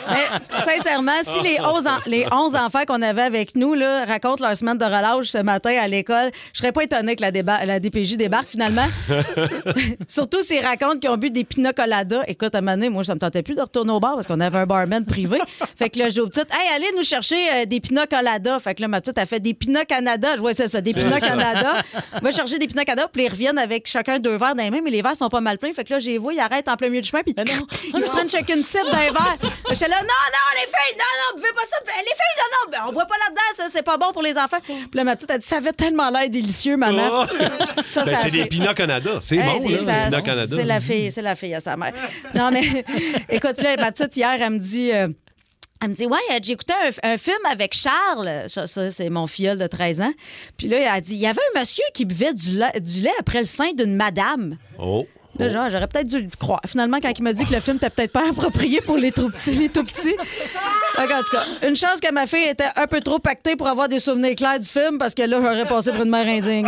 Mais sincèrement, si les Ah, 11, en- les 11 enfants qu'on avait avec nous là, racontent leur semaine de relâche ce matin à l'école, je serais pas étonnée que la, déba- la DPJ débarque finalement. <laughs> Surtout s'ils racontent qu'ils ont bu des pina coladas. Écoute, à un moment donné, moi, ça me tentait plus de retourner au bar parce qu'on avait un <laughs> barman privé. Fait que là, j'ai aux petites, hey, allez nous chercher euh, des pina coladas. Fait que là, ma petite, a fait des pina Canada. Je vois, c'est ça, des C'est pina ça. Canada. <laughs> On va chercher des pina Canada, puis ils reviennent avec chacun deux verres dans les mains, mais les verres sont pas mal pleins. Fait que là, j'ai vu, ils arrêtent en plein milieu du chemin, puis ils se prennent chacune une cible <laughs> d'un verre. J'étais là, non, non, les filles, non, non, buvez pas ça. Les filles, non, non, ben, on boit pas là-dedans, ça, c'est pas bon pour les enfants. Puis là, ma petite, elle dit, ça avait tellement l'air délicieux, maman. Ça, Ben, ça c'est fait- des Pinot Canada. C'est Hey, bon, c'est- là, ça- les Pinot Canada. C'est la fille, c'est la fille à sa mère. Non, mais <laughs> écoute, là, ma petite, hier, elle me dit. euh, elle me dit, ouais, euh, j'ai écouté un, un film avec Charles. Ça, ça, c'est mon filleul de 13 ans. Puis là, elle dit, il y avait un monsieur qui buvait du lait, du lait après le sein d'une madame. Oh. Là, genre, j'aurais peut-être dû le croire. Finalement, quand il m'a dit que le film n'était peut-être pas <laughs> approprié pour les tout petits, les tout petits. Fait qu'en tout cas, une chance que ma fille était un peu trop pactée pour avoir des souvenirs clairs du film parce que là, j'aurais passé pour une mère indigne.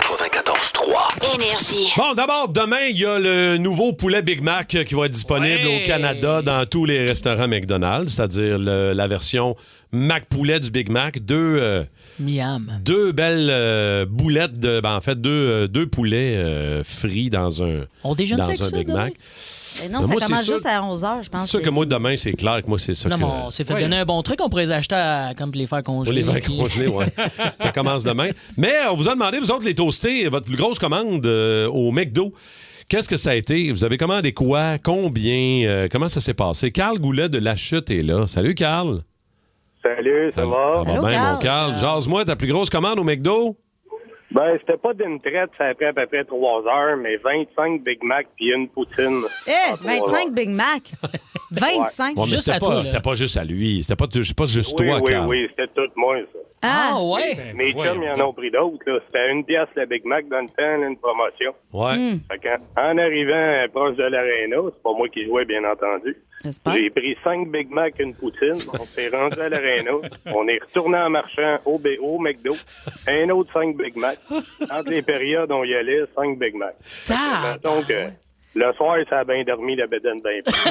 94.3. Énergie. Bon, d'abord, demain, il y a le nouveau poulet Big Mac qui va être disponible Ouais. au Canada dans tous les restaurants McDonald's, c'est-à-dire le- la version Mac Poulet du Big Mac. Deux, euh, Miam. deux belles euh, boulettes de. ben, en fait, deux, euh, deux poulets euh, frits dans un, On déjeune dans avec un ça, Big demain? Mac. Mais Ben non, Mais ça Ben, moi, commence c'est sûr- juste à 11 h, je pense. C'est sûr que moi, demain, c'est clair que moi, c'est ça Non, que. mais on s'est fait Ouais. donner un bon truc. On pourrait les acheter à- comme les faire Pour congeler. les vins puis- congelés, <laughs> ouais. Ça commence demain. Mais euh, on vous a demandé, vous autres, les toastés, euh, votre plus grosse commande euh, au McDo. Qu'est-ce que ça a été? Vous avez commandé quoi? Combien? Euh, comment ça s'est passé? Carl Goulet de La Chute est là. Salut, Carl. Salut, ça va? Ça va bien, mon Carl? Jase-moi, ta plus grosse commande au McDo? Ben, c'était pas d'une traite, ça a pris à peu près trois heures, mais 25 Big Mac puis une poutine. Ah, Eh, 25 Big <laughs> Mac. 25. Ouais, mais c'était pas, c'était pas juste à lui. C'était pas, tu- c'est pas juste Oui, toi, oui, Carl. oui, c'était tout moi, ça. Ah, ouais? Mais comme il y en a pris d'autres, là, c'était une pièce le Big Mac dans le temps, là, une promotion. Ouais. Hmm. Fait qu'en- en arrivant euh, proche de l'aréna, c'est pas moi qui jouais, bien entendu. J'espère. J'ai pris cinq Big Mac, une poutine. On s'est rendu à <laughs> l'aréna. On est retourné en marchant au, B- au McDo. Un autre cinq Big Mac. Entre les périodes, on y allait, cinq Big Mac. Donc, Ah, le soir, ça a bien dormi, la bédaine <laughs> bien prise.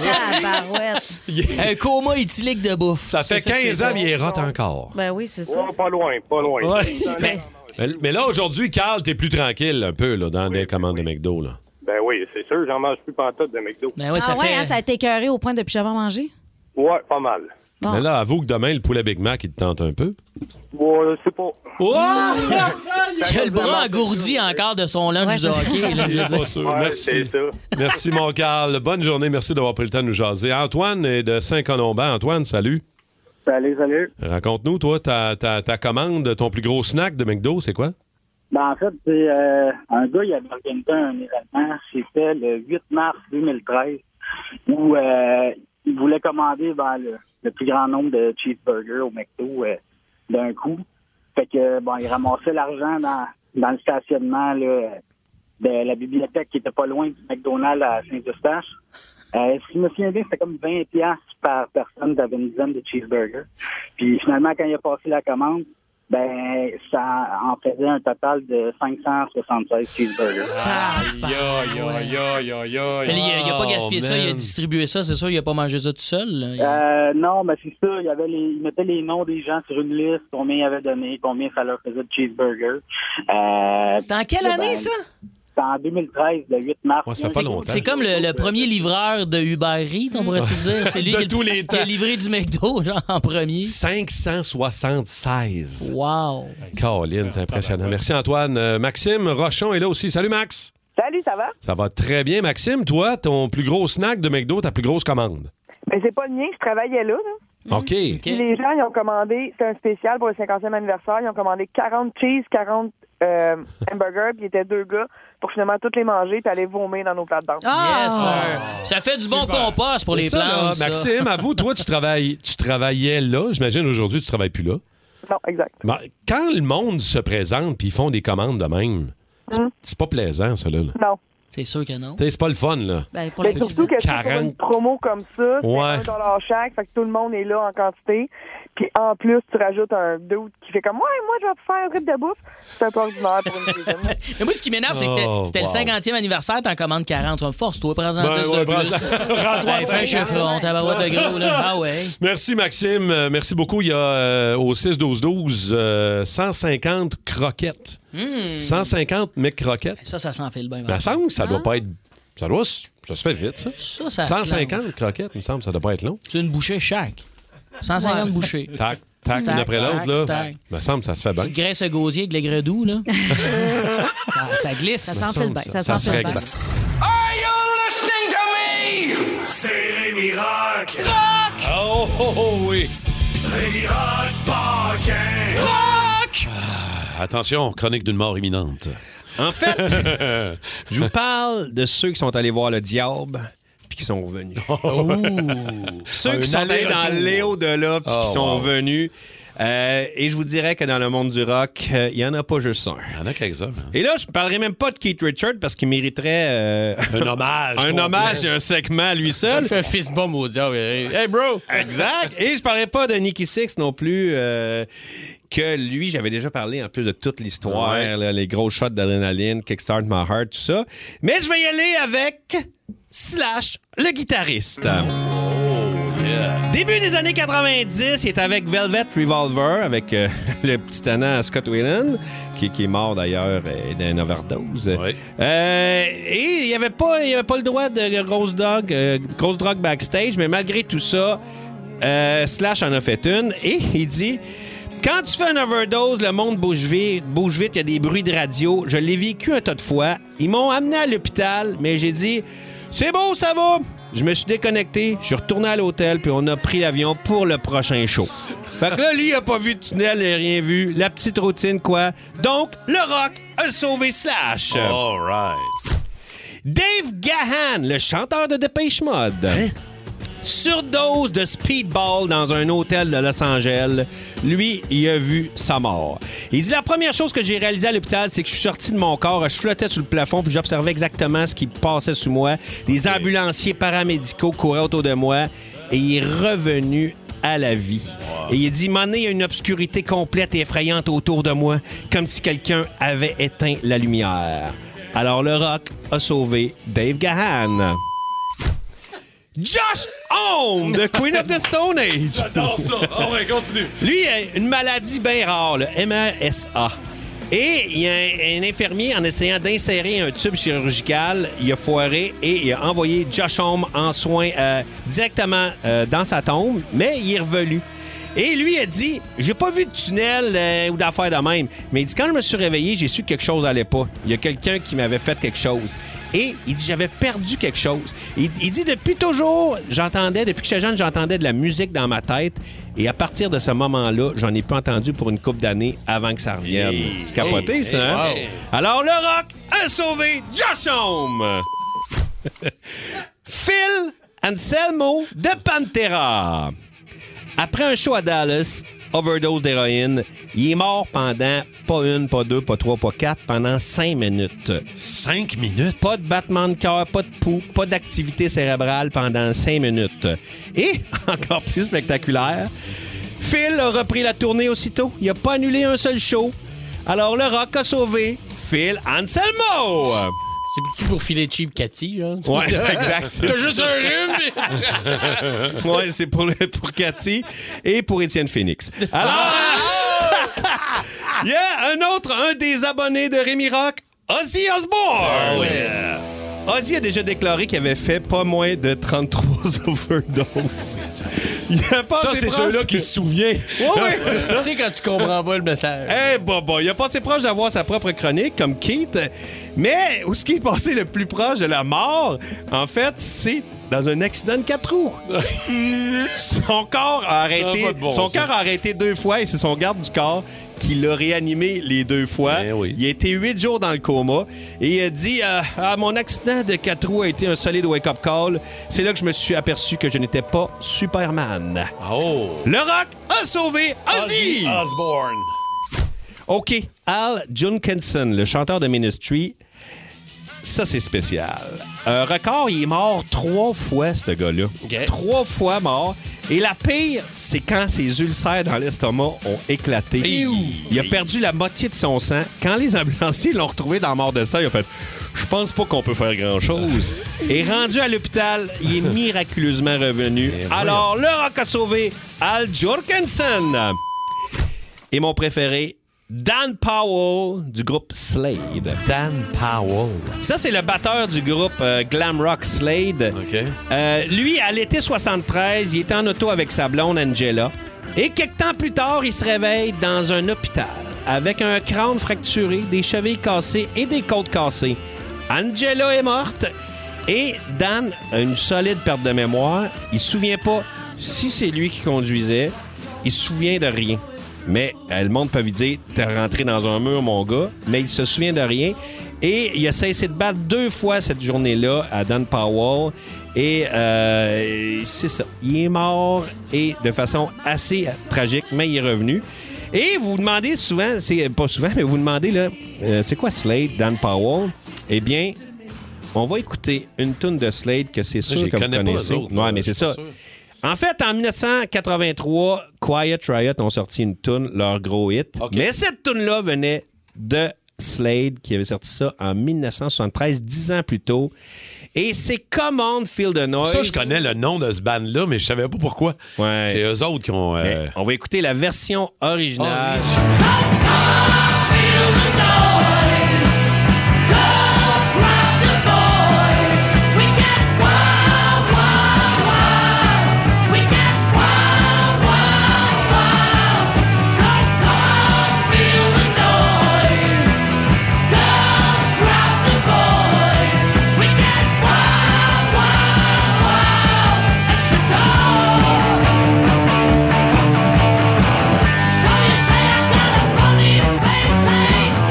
Tabarouette. Un coma éthylique de bouffe. Ça fait 15 ans, mais il rote encore. Ben oui, c'est ça. Pas loin, pas loin. Ben Ouais. Mais, mais là, aujourd'hui, Carl, t'es plus tranquille un peu là, dans les commandes de McDo. Là. Ben oui, c'est sûr, j'en mange plus pantoute de McDo. Ben ah ouais, euh, hein, ça a été écœuré au point de plus jamais manger. Ouais, pas mal. Bon. Mais là, avoue que demain, le poulet Big Mac, il te tente un peu. Oh! Ouais, je sais pas. <laughs> Il a le bras engourdi encore de son lunch de hockey. là, je Il est veux dire. pas sûr. Merci. Merci, mon Carl. Bonne journée. Merci d'avoir pris le temps de nous jaser. Antoine est de Saint-Colomban. Antoine, salut. Salut, salut. Raconte-nous, toi, ta, ta- ta commande, ton plus gros snack de McDo, c'est quoi? Ben, en fait, c'est euh, un gars, il avait organisé un événement, c'était le 8 mars 2013, où euh, il voulait commander ben, le, le plus grand nombre de cheeseburgers au McDo euh, d'un coup. Fait que, bon, il ramassait l'argent dans, dans le stationnement là, de la bibliothèque qui était pas loin du McDonald's à Saint-Eustache. Euh, si je me souviens bien, c'était comme 20 piastres par personne, t'avais une dizaine de cheeseburgers. Puis finalement, quand il a passé la commande, ben, ça en faisait un total de 576 cheeseburgers. Aïe, aïe, aïe, aïe, aïe. Mais Ah, Il a, il a pas Oh, gaspillé ça, il a distribué ça, c'est sûr, il a pas mangé ça tout seul. là. Il- Euh, non, mais c'est ça. Il, y avait les, il mettait les noms des gens sur une liste, combien il avait donné, combien ça leur faisait de cheeseburger. Euh, C'était en quelle ben, année, ça? C'était en 2013, le 8 mars. C'est- C'est comme le, le premier livreur de Uber Eats, on Mm. pourrait-tu dire? <laughs> C'est lui De qui, est le- tous les <laughs> qui a temps. livré du McDo, genre, en premier. 576. Wow. Caroline, c'est impressionnant. Merci, Antoine. Euh, Maxime Rochon est là aussi. Salut, Max. Salut, ça va? Ça va très bien, Maxime. Toi, ton plus gros snack de McDo, ta plus grosse commande. Ben, c'est pas le mien, je travaillais là. là. OK. Puis Les gens, ils ont commandé, c'était un spécial pour le 50e anniversaire, ils ont commandé 40 cheese, 40 euh, hamburgers, puis ils étaient deux gars pour finalement toutes les manger puis aller vomir dans nos plates-bandes. Ah! Yes, sir. Ça fait du bon compost Ah, pour Mais les ça, là, plantes. ça. Maxime, avoue, toi, tu, travailles, tu travaillais là. J'imagine aujourd'hui, tu travailles plus là. Non, exact. Ben, quand le monde se présente puis ils font des commandes de même, c'est- c'est pas plaisant, ça, là. Hum. Non. C'est sûr que <laughs> non. Tu sais, c'est pas le fun, là. pour Mais surtout que c'est pour 40. une promo comme ça, c'est Ouais. un dollar chaque, fait que tout le monde est là en quantité. Puis en plus, tu rajoutes un doute qui fait comme Ouais, moi je vais te faire un rythme de bouffe. C'est pas ordinaire pour une cuisine. Mais moi, ce qui m'énerve, c'est que Oh, t'es- c'était wow. le 50e anniversaire, t'en commandes 40. Tu vas me force, toi, prends-en Ben 10 de ouais, plus. prends-en. <laughs> Rends-toi Ben, fais 50. un chevron, tabarouette le gros, là. Ah ouais. Merci Maxime, Euh, merci beaucoup. Il y a euh, au 6-12-12 euh, 150 croquettes. Hmm. 150 mecs croquettes. Ça, ça s'enfile bien. Hein? Il me semble que Ben, ça doit pas être. Ça doit. s- Ça se fait vite, ça. Ah. Ça, ça se 150 croquettes, il me semble, ça doit pas être long. C'est une bouchée chaque. 150 Ouais. bouchées. Tac, tac, Stack, une après stack, l'autre, là. stack. Il me semble que ça se fait bien. Petite graisse à gosier avec les grains <laughs> doux, là. ça, ça glisse. Ça s'enfile bien, ça Ça s'enfile bien. Are you listening to me? C'est Rémi Rock. Oh, oh, oh, oui. Rémi Rock Paquin. Rock! Ah, Attention, chronique d'une mort imminente. En fait, <laughs> je vous parle de ceux qui sont allés voir le diable puis qui sont revenus. Ceux Un qui sont allés aller-retour. dans léau de là puis Oh, qui sont wow. revenus. Euh, et je vous dirais que dans le monde du rock, euh, il y n'y en a pas juste un. Il y en a quelques-uns. Et là, je ne parlerai même pas de Keith Richard parce qu'il mériterait euh, un hommage. <laughs> un complet. hommage et un segment à lui seul. fait un fist bomb au diable. <laughs> Hey, bro! Exact. Et je parlerai pas de Nicky Six non plus, euh, que lui, j'avais déjà parlé en plus de toute l'histoire, Ouais. là, les gros shots d'adrénaline, Kickstart My Heart, tout ça. Mais je vais y aller avec Slash, le guitariste. Début des années 90, il est avec Velvet Revolver, avec euh, <laughs> le petit tannant Scott Whelan, qui, qui est mort d'ailleurs euh, d'une overdose. Euh, et il n'y avait, pas- il y avait pas le droit de grosse drogue, euh, grosse drogue backstage, mais malgré tout ça, euh, Slash en a fait une et <laughs> il dit. Quand tu fais une overdose, le monde bouge vite, bouge vite, il y a des bruits de radio. Je l'ai vécu un tas de fois. Ils m'ont amené à l'hôpital, mais j'ai dit c'est bon, ça va. Je me suis déconnecté, je suis retourné à l'hôtel, puis on a pris l'avion pour le prochain show. Fait que là, lui, il a pas vu de tunnel, il a rien vu. La petite routine, quoi. Donc, le rock a sauvé Slash. All right. Dave Gahan, le chanteur de Depeche Mode. Surdose de speedball dans un hôtel de Los Angeles. Lui, il a vu sa mort. Il dit La première chose que j'ai réalisée à l'hôpital, c'est que je suis sorti de mon corps, je flottais sur le plafond, puis j'observais exactement ce qui passait sous moi. Des ambulanciers paramédicaux couraient autour de moi et il est revenu à la vie. Et il dit, Mané, il y a une obscurité complète et effrayante autour de moi, comme si quelqu'un avait éteint la lumière. Alors le rock a sauvé Dave Gahan. Josh Homme de Queen of the Stone Age. J'adore ça. Ah ouais, continue. Lui, il a une maladie bien rare, le MRSA. Et il y a un, un infirmier, en essayant d'insérer un tube chirurgical, il a foiré et il a envoyé Josh Homme en soins euh, directement euh, dans sa tombe, mais il est revenu. Et lui a dit, j'ai pas vu de tunnel euh, ou d'affaires de même, mais il dit, quand je me suis réveillé, j'ai su que quelque chose allait pas. Il y a quelqu'un qui m'avait fait quelque chose. Et il dit, j'avais perdu quelque chose. Il, il dit, depuis toujours, j'entendais, depuis que j'étais jeune, j'entendais de la musique dans ma tête. Et à partir de ce moment-là, j'en ai pas entendu pour une couple d'années avant que ça revienne. C'est capoté, hey, ça, hein? hey, wow. Alors, le rock a sauvé Josh Homme. <laughs> Phil Anselmo de Pantera. Après un show à Dallas, overdose d'héroïne, il est mort pendant pas une, pas deux, pas trois, pas quatre, pendant cinq minutes. Cinq minutes? Pas de battement de cœur, pas de pouls, pas d'activité cérébrale pendant cinq minutes. Et, <laughs> encore plus spectaculaire, Phil a repris la tournée aussitôt. Il n'a pas annulé un seul show. Alors le rock a sauvé Phil Anselmo! C'est petit pour filer cheap Cathy, là. <laughs> Ouais, <laughs> exact. c'est T'as ça. juste un rhume, ouais, c'est pour, le- pour Cathy et pour Étienne Phoenix. Alors, <laughs> il y a un autre, un des abonnés de Rémi Rock, Ozzy Ah Ah Osbourne. Ah Ozzy a déjà déclaré qu'il avait fait pas moins de 33 <laughs> overdoses. Il a pas Ça, assez c'est proche ceux-là qui que- se souviennent. oui, oui, c'est <laughs> ça. Tu sais, quand tu comprends pas le message. Eh, bah, bah, il a passé proche d'avoir sa propre chronique, comme Keith. Mais où ce qui est passé le plus proche de la mort, en fait, c'est dans un accident de quatre <laughs> roues. son corps a arrêté, Ça a pas de bon son sens. cœur a arrêté deux fois et c'est son garde du corps qui l'a réanimé les deux fois. Eh Il a été huit jours dans le coma et il a dit euh, Ah, Mon accident de quatre roues a été un solide wake-up call. C'est là que je me suis aperçu que je n'étais pas Superman. Ah, oh. Le rock a sauvé Ozzy! Osborne. OK. Al Junkinson, le chanteur de Ministry, Ça, c'est spécial. Un record, il est mort trois fois, ce gars-là. Trois fois mort. Et la pire, c'est quand ses ulcères dans l'estomac ont éclaté. Il a perdu la moitié de son sang. Quand les ambulanciers l'ont retrouvé dans la mort de ça, il a fait Je pense pas qu'on peut faire grand-chose. Et rendu à l'hôpital, il est miraculeusement revenu. Alors, le rock a sauvé Al Jorgensen. Et mon préféré, Dan Powell du groupe Slade. Dan Powell. Ça, c'est le batteur du groupe euh, glam rock Slade. Euh, lui, à l'été 73, il était en auto avec sa blonde Angela. Et quelques temps plus tard, il se réveille dans un hôpital avec un crâne fracturé, des chevilles cassées et des côtes cassées. Angela est morte et Dan a une solide perte de mémoire. Il se souvient pas si c'est lui qui conduisait. Il se souvient de rien. Mais euh, le monde peut lui dire T'es rentré dans un mur, mon gars. Mais il se souvient de rien. Et il a cessé de battre deux fois cette journée-là à Dan Powell. Et euh, c'est ça. Il est mort et de façon assez tragique, mais il est revenu. Et vous vous demandez souvent, c'est pas souvent, mais vous vous demandez là, euh, c'est quoi Slade, Dan Powell? Eh bien, on va écouter une tune de Slade que c'est je sûr les que vous connais pas, connaissez. eux autres, Ouais, là, mais je c'est suis pas ça. sûr. En fait, en 1983, Quiet Riot ont sorti une tune, leur gros hit. Mais cette tune là venait de Slade, qui avait sorti ça en 1973, dix ans plus tôt. Et c'est Command Feel the Noise. Ça, je connais le nom de ce band-là, mais je savais pas pourquoi. C'est eux autres qui ont. euh, On va écouter la version originale. «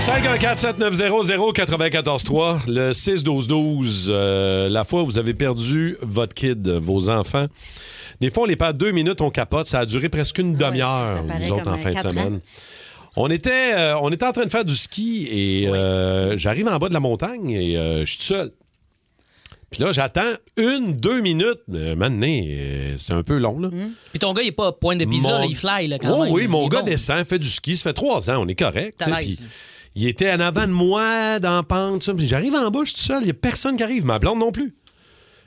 514-790-0943, le 6-12-12, euh, la fois où vous avez perdu votre kid, vos enfants. Des fois, on les perd deux minutes, on capote. Ça a duré presque une Ah demi-heure, paraît nous autres, comme en fin de quatre ans. semaine. On était, euh, on était en train de faire du ski et euh, j'arrive en bas de la montagne et euh, je suis tout seul. Puis là, j'attends une, deux minutes. Euh, maintenant, euh, c'est un peu long, là. Hum. Puis ton gars, il est pas point de pizza, Mon- là, il fly là, quand Oui, même. Oh oui, mon Il est gars bon. descend, fait du ski, ça fait trois ans, on est correct. T'as tu sais, l'aise, puis là. il était en avant de moi, dans la pente, ça, puis j'arrive en bas, je suis tout seul, il n'y a personne qui arrive, ma blonde non plus.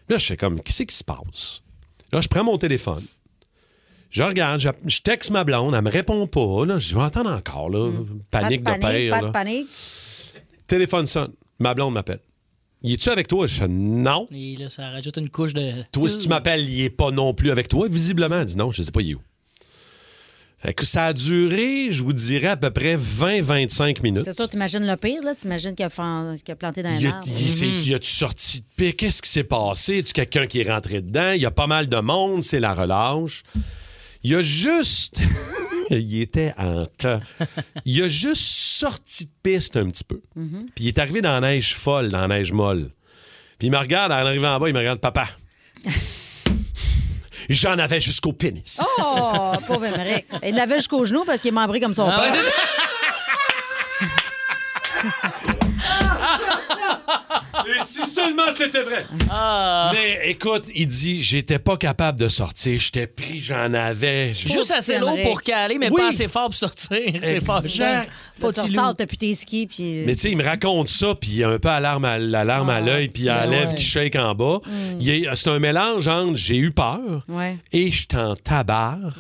Là, je fais comme, qu'est-ce qui se passe? Là, je prends mon téléphone, je regarde, je, je texte ma blonde, elle me répond pas, là, je vais entendre encore, là, panique pas de panique, père. pas là. de panique. Téléphone sonne, ma blonde m'appelle. Il est-tu avec toi? Je fais, non. Et là, ça rajoute une couche de. Toi, si tu m'appelles, il est pas non plus avec toi. Visiblement, elle dit non, je sais pas, il est où. Fait que ça a duré, je vous dirais, à peu près 20-25 minutes. C'est sûr, t'imagines le pire, là. T'imagines qu'il a, fan- qu'il a planté dans Il un a, arbre. il s'est- il a-tu sorti de pied? Qu'est-ce qui s'est passé? Y a quelqu'un qui est rentré dedans? Il y a pas mal de monde, c'est la relâche. Il y a juste. <laughs> il était en temps. Il a juste sorti de piste un petit peu. Mhm. Puis il est arrivé dans la neige folle, dans la neige molle. Puis il me regarde, en arrivant en bas, il me regarde, papa. J'en avais jusqu'au pénis. Oh, pauvre Émeric. Il n'avait jusqu'aux genoux parce qu'il est membré comme Ah son père. Et si seulement c'était vrai. Ah. Mais écoute, il dit j'étais pas capable de sortir, j'étais pris, j'en avais. Juste assez lourd pour caler, mais Oui. pas assez fort pour sortir. C'est Exact. fâchant. Pas Pas tu de ressors, t'as plus tes skis, puis... Mais tu sais, il me raconte ça, puis il y a un peu l'alarme à l'alarme Ah, à l'œil, puis il y a la ouais. lèvre qui shake en bas. Mm. Il y a- C'est un mélange entre j'ai eu peur Ouais. et je t'en tabarre.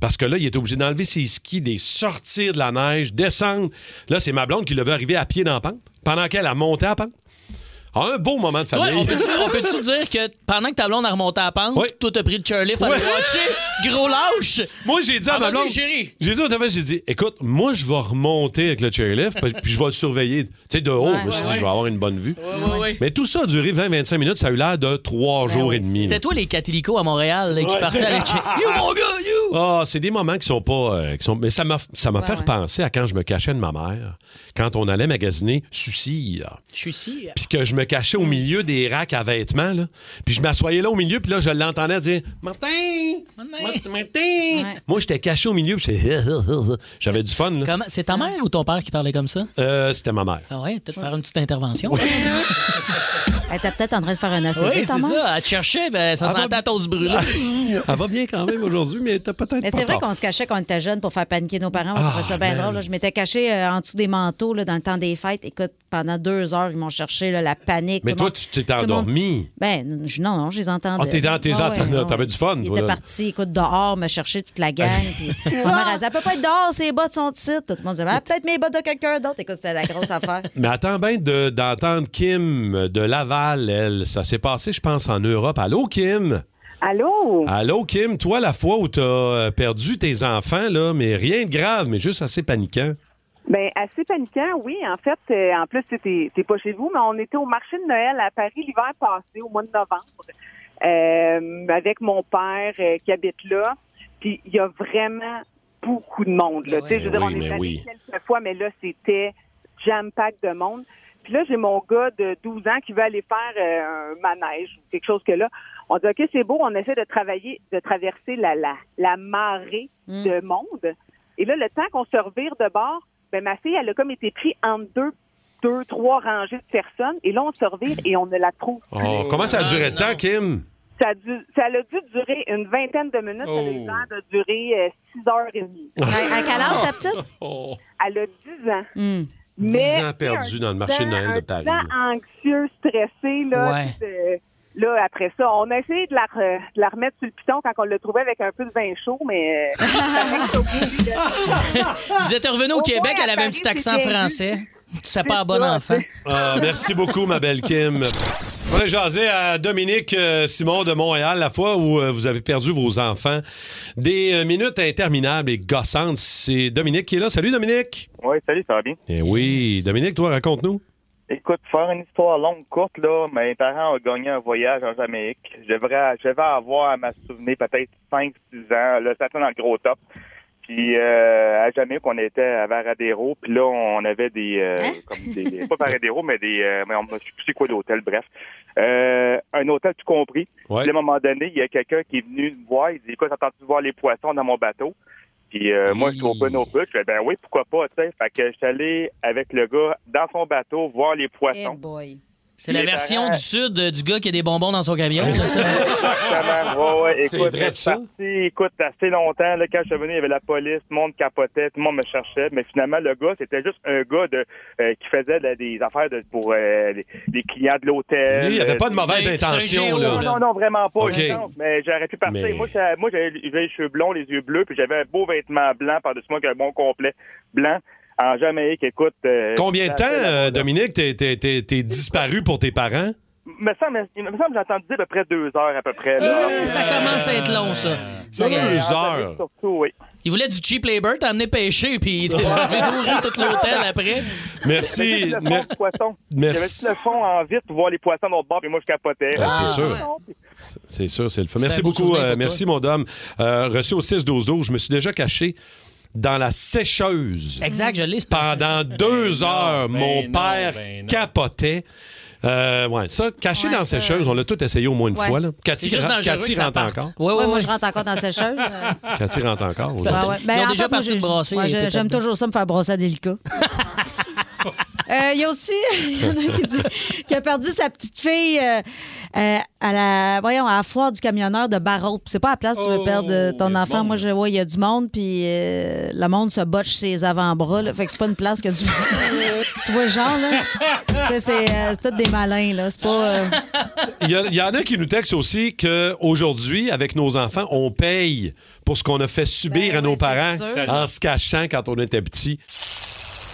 Parce que là, il était obligé d'enlever ses skis, de les sortir de la neige, descendre. Là, c'est ma blonde qui le veut arriver à pied dans la pente, pendant qu'elle a monté à la pente. Ah, un beau moment de Toi, famille. on peut-tu on peut-tu dire que pendant que ta blonde a remonté à la pente, toi, t'as pris le chairlift à Ouais. le watcher, gros lâche. Moi, j'ai dit à Ah, ma vas-y, blonde, chérie. j'ai dit au téléphone, j'ai dit, écoute, moi, je vais remonter avec le chairlift, puis- puis je vais le surveiller. Tu sais, de haut, Ouais, je me suis ouais, dit, ouais. je vais avoir une bonne vue. ouais, ouais. Ben Mais tout ça a duré 20-25 minutes, ça a eu l'air de trois jours et demi. C'était toi les catilicos à Montréal là, qui Ouais. partaient avec. You, mon gars, you! Ah, c'est des moments qui sont pas. euh, qui sont... Mais ça m'a ça m'a fait repenser à quand je me cachais de ma mère, quand on allait magasiner Sucire. Je suis ici. Puis que je me cachais au milieu des racks à vêtements, là. Puis je m'assoyais là au milieu, puis là, je l'entendais dire Martin! Martin! Moi, j'étais caché au milieu, puis j'étais- "Hein, j'avais du fun, là. C'est ta mère ou ton père qui parlait comme ça? Euh, c'était ma mère. Ah ouais, peut-être faire une petite intervention. Elle était peut-être en train de faire un ACV, Oui, ta c'est mère. ça. À te chercher, ben, ça Ah, sentait bah- à toast brûlé. <laughs> Elle va bien quand même aujourd'hui, mais t'as peut-être Mais c'est vrai qu'on se cachait quand on était jeune pour faire paniquer nos parents. On Ah, trouvait ça bien man. drôle. là. Je m'étais cachée euh, en dessous des manteaux là, dans le temps des fêtes. Écoute, pendant deux heures, ils m'ont cherché là, la panique. Mais Tout le toi, monde- tu t'es tout le monde- endormi. Ben, je- non, non, je les entendais. Ah, t'es dans tes Ah, ouais, antennes, ouais. t'avais du fun, Ils toi, étaient là. partis, écoute, dehors, me chercher toute la gang. puis ma mère, elle dit, elle peut pas être dehors, ses bottes sont ici. Tout le monde disait, Ah, peut-être mes bottes de quelqu'un d'autre. Écoute, c'était la grosse affaire. Mais attends bien de- d'entendre Kim de Laval, elle. Ça s'est passé, je pense, en Europe. Allô, Kim? Allô? Allô, Kim? Toi, la fois où t'as euh, perdu tes enfants, là, mais rien de grave, mais juste assez paniquant. Ben assez paniquant, oui. En fait, euh, en plus, t'es- t'es t'es pas chez vous, mais on était au marché de Noël à Paris l'hiver passé, au mois de novembre, euh, avec mon père euh, qui habite là. Puis il y a vraiment beaucoup de monde. Là. Tu Ben sais, je veux dire, Oui, on mais est allé oui. quelques fois, mais là, c'était jam-pack de monde. Puis là, j'ai mon gars de 12 ans qui veut aller faire euh, un manège ou quelque chose que là. On dit, OK, c'est beau, on essaie de travailler, de traverser la, la, la marée Hmm. de monde. Et là, le temps qu'on se revire de bord, ben, ma fille, elle a comme été prise entre deux, deux, trois rangées de personnes. Et là, on se revire et on ne la trouve plus. Oh, comment ça a duré le temps, Kim? Ça a, dû- ça a dû durer une vingtaine de minutes. Ça a eu Oh. l'air de durer euh, six heures et demie. À quel âge, la petite? Hmm. Elle a 10 ans. Dix ans perdus dans le marché de Noël de Paris, Un 10 ans anxieux, stressé. Là, Ouais. puis, euh, là, après ça, on a essayé de la, re- de la remettre sur le piton quand on l'a trouvée avec un peu de vin chaud, mais... euh, Vous êtes revenu au Québec, elle avait un petit accent français. C'est pas un bon enfant. Ah, merci beaucoup, ma belle Kim. On a jasé à Dominique euh, Simon de Montréal la fois où euh, vous avez perdu vos enfants. Des euh, minutes interminables et gossantes. C'est Dominique qui est là. Salut, Dominique. Oui, salut, ça va bien? Eh oui, Dominique, toi, raconte-nous. Écoute, faire une histoire longue, courte, là, mes parents ont gagné un voyage en Jamaïque. Je devrais, je devais avoir, à ma souvenir, peut-être 5-6 ans, là, ça fait dans le gros top. Puis euh, à Jamaïque, on était à Varadero, puis là, on avait des... euh, comme des pas Varadero, mais des... euh, mais on, je sais plus quoi d'hôtel, bref. Euh, un hôtel tout compris. Ouais. Puis à un moment donné, il y a quelqu'un qui est venu me voir, il dit, écoute, entendu voir les poissons dans mon bateau? Puis euh, moi, je suis open au but. Je fais, ben oui, pourquoi pas, tu sais. Fait que je suis allé avec le gars dans son bateau voir les Eh poissons. C'est la Les version parents- du sud euh, du gars qui a des bonbons dans son camion. là, ça. Exactement. Ouais, ouais. C'est Écoute, vrai, je suis ça? parti, écoute, assez longtemps. Là, quand je suis venu, il y avait la police, tout le monde capotait, tout le monde me cherchait. Mais finalement, le gars, c'était juste un gars de, euh, qui faisait là, des affaires de, pour euh, les, les clients de l'hôtel. Lui, il avait pas de Euh, mauvaise c'est un intention, géo, là. Non, non, non, vraiment pas. Ok. non, mais j'aurais pu partir. Mais- Moi, ça- moi, j'avais j'avais les cheveux blonds, les yeux bleus, puis j'avais un beau vêtement blanc par-dessus moi, qui un bon complet blanc. En Jamaïque, écoute. euh, Combien de temps, ça fait la- euh, Dominique, t'es, t'es- t'es- t'es disparu pour tes parents? me semble, il me semble que j'ai entendu dire à peu près deux heures à peu près. Euh, ça commence à être long, ça. Ça- Surtout, oui. Il voulait du cheap labor, t'as amené pêcher, puis vous avez nourri tout l'hôtel après. <laughs> Merci. Le fond de poisson. Merci. J'avais le fond en vitre pour voir les poissons dans le bord, puis moi, je capotais. Ben, c'est sûr. C'est sûr, c'est le fun. Merci un beau beaucoup. souvenir euh, pour toi. merci, mon dame. Euh, reçu au 6-12-12, je me suis déjà caché dans la sécheuse. Exact, je l'ai. Pendant deux heures, ben mon non, père ben non. capotait. Euh, ouais, ça, caché dans la sécheuse, on l'a tout essayé au moins une Ouais. fois. Là. C'est Cathy, juste ra- dangereux Cathy que ça rentre parte. encore. Ouais, moi, je rentre encore dans cette sécheuse. euh. Cathy rentre encore Ouais, aujourd'hui. ouais. Ben, Ils ont en déjà fait, moi, parti j'ai- de brasser, ouais, les j'ai- pépettes. J'aime toujours ça me faire brasser <laughs> à délicat. Euh, Il y a aussi <laughs> <laughs> il y en a qui, dit- qui a perdu sa petite fille euh, euh, à la voyons à la foire du camionneur de Barreau. Puis C'est pas à la place que tu veux perdre euh, Oh, ton enfant. Moi, je vois, il y a du monde, puis euh, le monde se botche ses avant-bras. là. Fait que c'est pas une place que tu <laughs> tu vois, genre, là. Tu sais, c'est euh, c'est tout des malins, là. C'est pas. euh, Il y, a- il y en a qui nous textent aussi qu'aujourd'hui, avec nos enfants, on paye pour ce qu'on a fait subir Ben à nos parents sûr. en se cachant quand on était petit.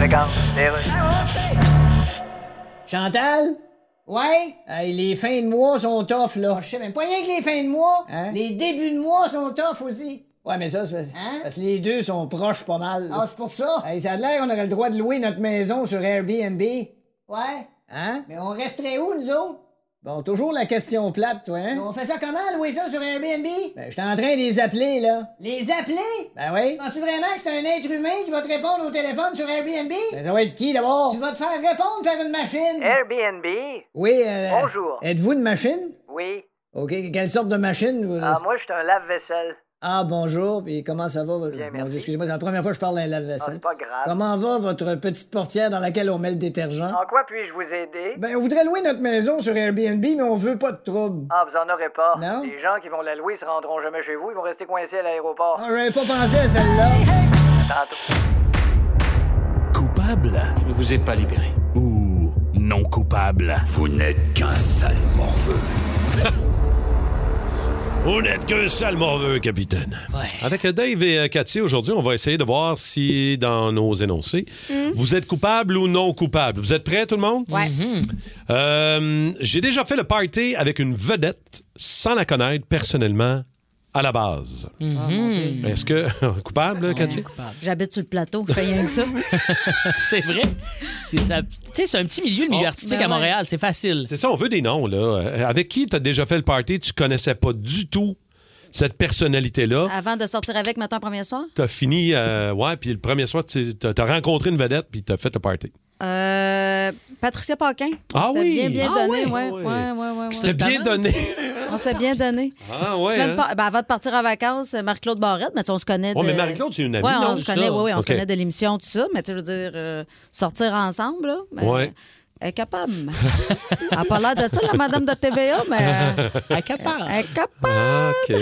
regarde, les rues. Ah Chantal? Ouais? les fins de mois sont tough, là. je sais même pas rien que les fins de mois. Les débuts de mois sont tough aussi. Ouais, mais ça, c'est parce- parce que les deux sont proches pas mal. Ah, c'est pour ça? ça a l'air qu'on aurait le droit de louer notre maison sur Airbnb. Ouais. Hein? Mais on resterait où, nous autres? Bon, toujours la question plate, toi, hein? On fait ça comment, louer ça sur Airbnb? Ben, j'étais en train de les appeler, là. Les appeler? Ben oui. Penses-tu vraiment que c'est un être humain qui va te répondre au téléphone sur Airbnb? Ben, ça va être qui, d'abord? Tu vas te faire répondre par une machine. Airbnb? Oui, euh, Eh, Bonjour. Êtes-vous une machine? Oui. OK, quelle sorte de machine? vous- Ah, moi, je suis un lave-vaisselle. Ah, bonjour, puis comment ça va? votre- Mon Dieu, Excusez-moi, c'est la première fois que je parle à la Ah, vaisselle. c'est pas grave. comment va votre petite portière dans laquelle on met le détergent? En quoi puis-je vous aider? Ben, on voudrait louer notre maison sur Airbnb, mais on veut pas de trouble. Ah, vous en aurez pas. Non. Les gens qui vont la louer se rendront jamais chez vous. Ils vont rester coincés à l'aéroport. Ah, J'avais pas pensé à celle-là. Tantôt. Coupable Je ne vous ai pas libéré. Ou non coupable Vous n'êtes qu'un sale morveux. Vous n'êtes qu'un sale morveux, capitaine. Avec Dave et euh, Cathy, aujourd'hui, on va essayer de voir si, dans nos énoncés, vous êtes coupable ou non coupable. Vous êtes prêts, tout le monde? Hmm. Hmm. Ouais. Euh, J'ai déjà fait le party avec une vedette sans la connaître personnellement à la base. Oh, mon Hmm. Dieu. Est-ce que... <laughs> coupable, Cathy? J'habite sur le plateau, je fais rien que ça. <laughs> c'est vrai. C'est ça- tu sais, c'est un petit milieu, le milieu artistique ben à Montréal. C'est facile. C'est ça, on veut des noms, là. Euh, Avec qui t'as déjà fait le party, tu connaissais pas du tout cette personnalité-là? Avant de sortir avec, maintenant, premier soir? T'as fini, euh, ouais, puis le premier soir, tu t'as t'as rencontré une vedette, puis t'as fait le party. Euh, Patricia Paquin. Ah C'était oui! Bien, bien Ah donné, oui! ouais, Oui. ouais, ouais, ouais, ouais. C'était bien donné. On s'est bien donné. Ah ouais, Semaine hein? pa- ben, avant de partir en vacances, Marc-Claude Barrette, mais tu sais, on se connaît. Ouais, de- mais Marie-Claude, c'est une amie, Ouais, non, on se ça? connaît, ouais, ouais, on OK. se connaît de l'émission, tout ça. Mais tu sais, je veux dire, euh, sortir ensemble, là. ben, Ouais. Elle est capable. Elle n'a pas l'air de ça, la madame de TVA, mais. euh, <laughs> <laughs> ah, capable. Elle est capable. Ah, OK.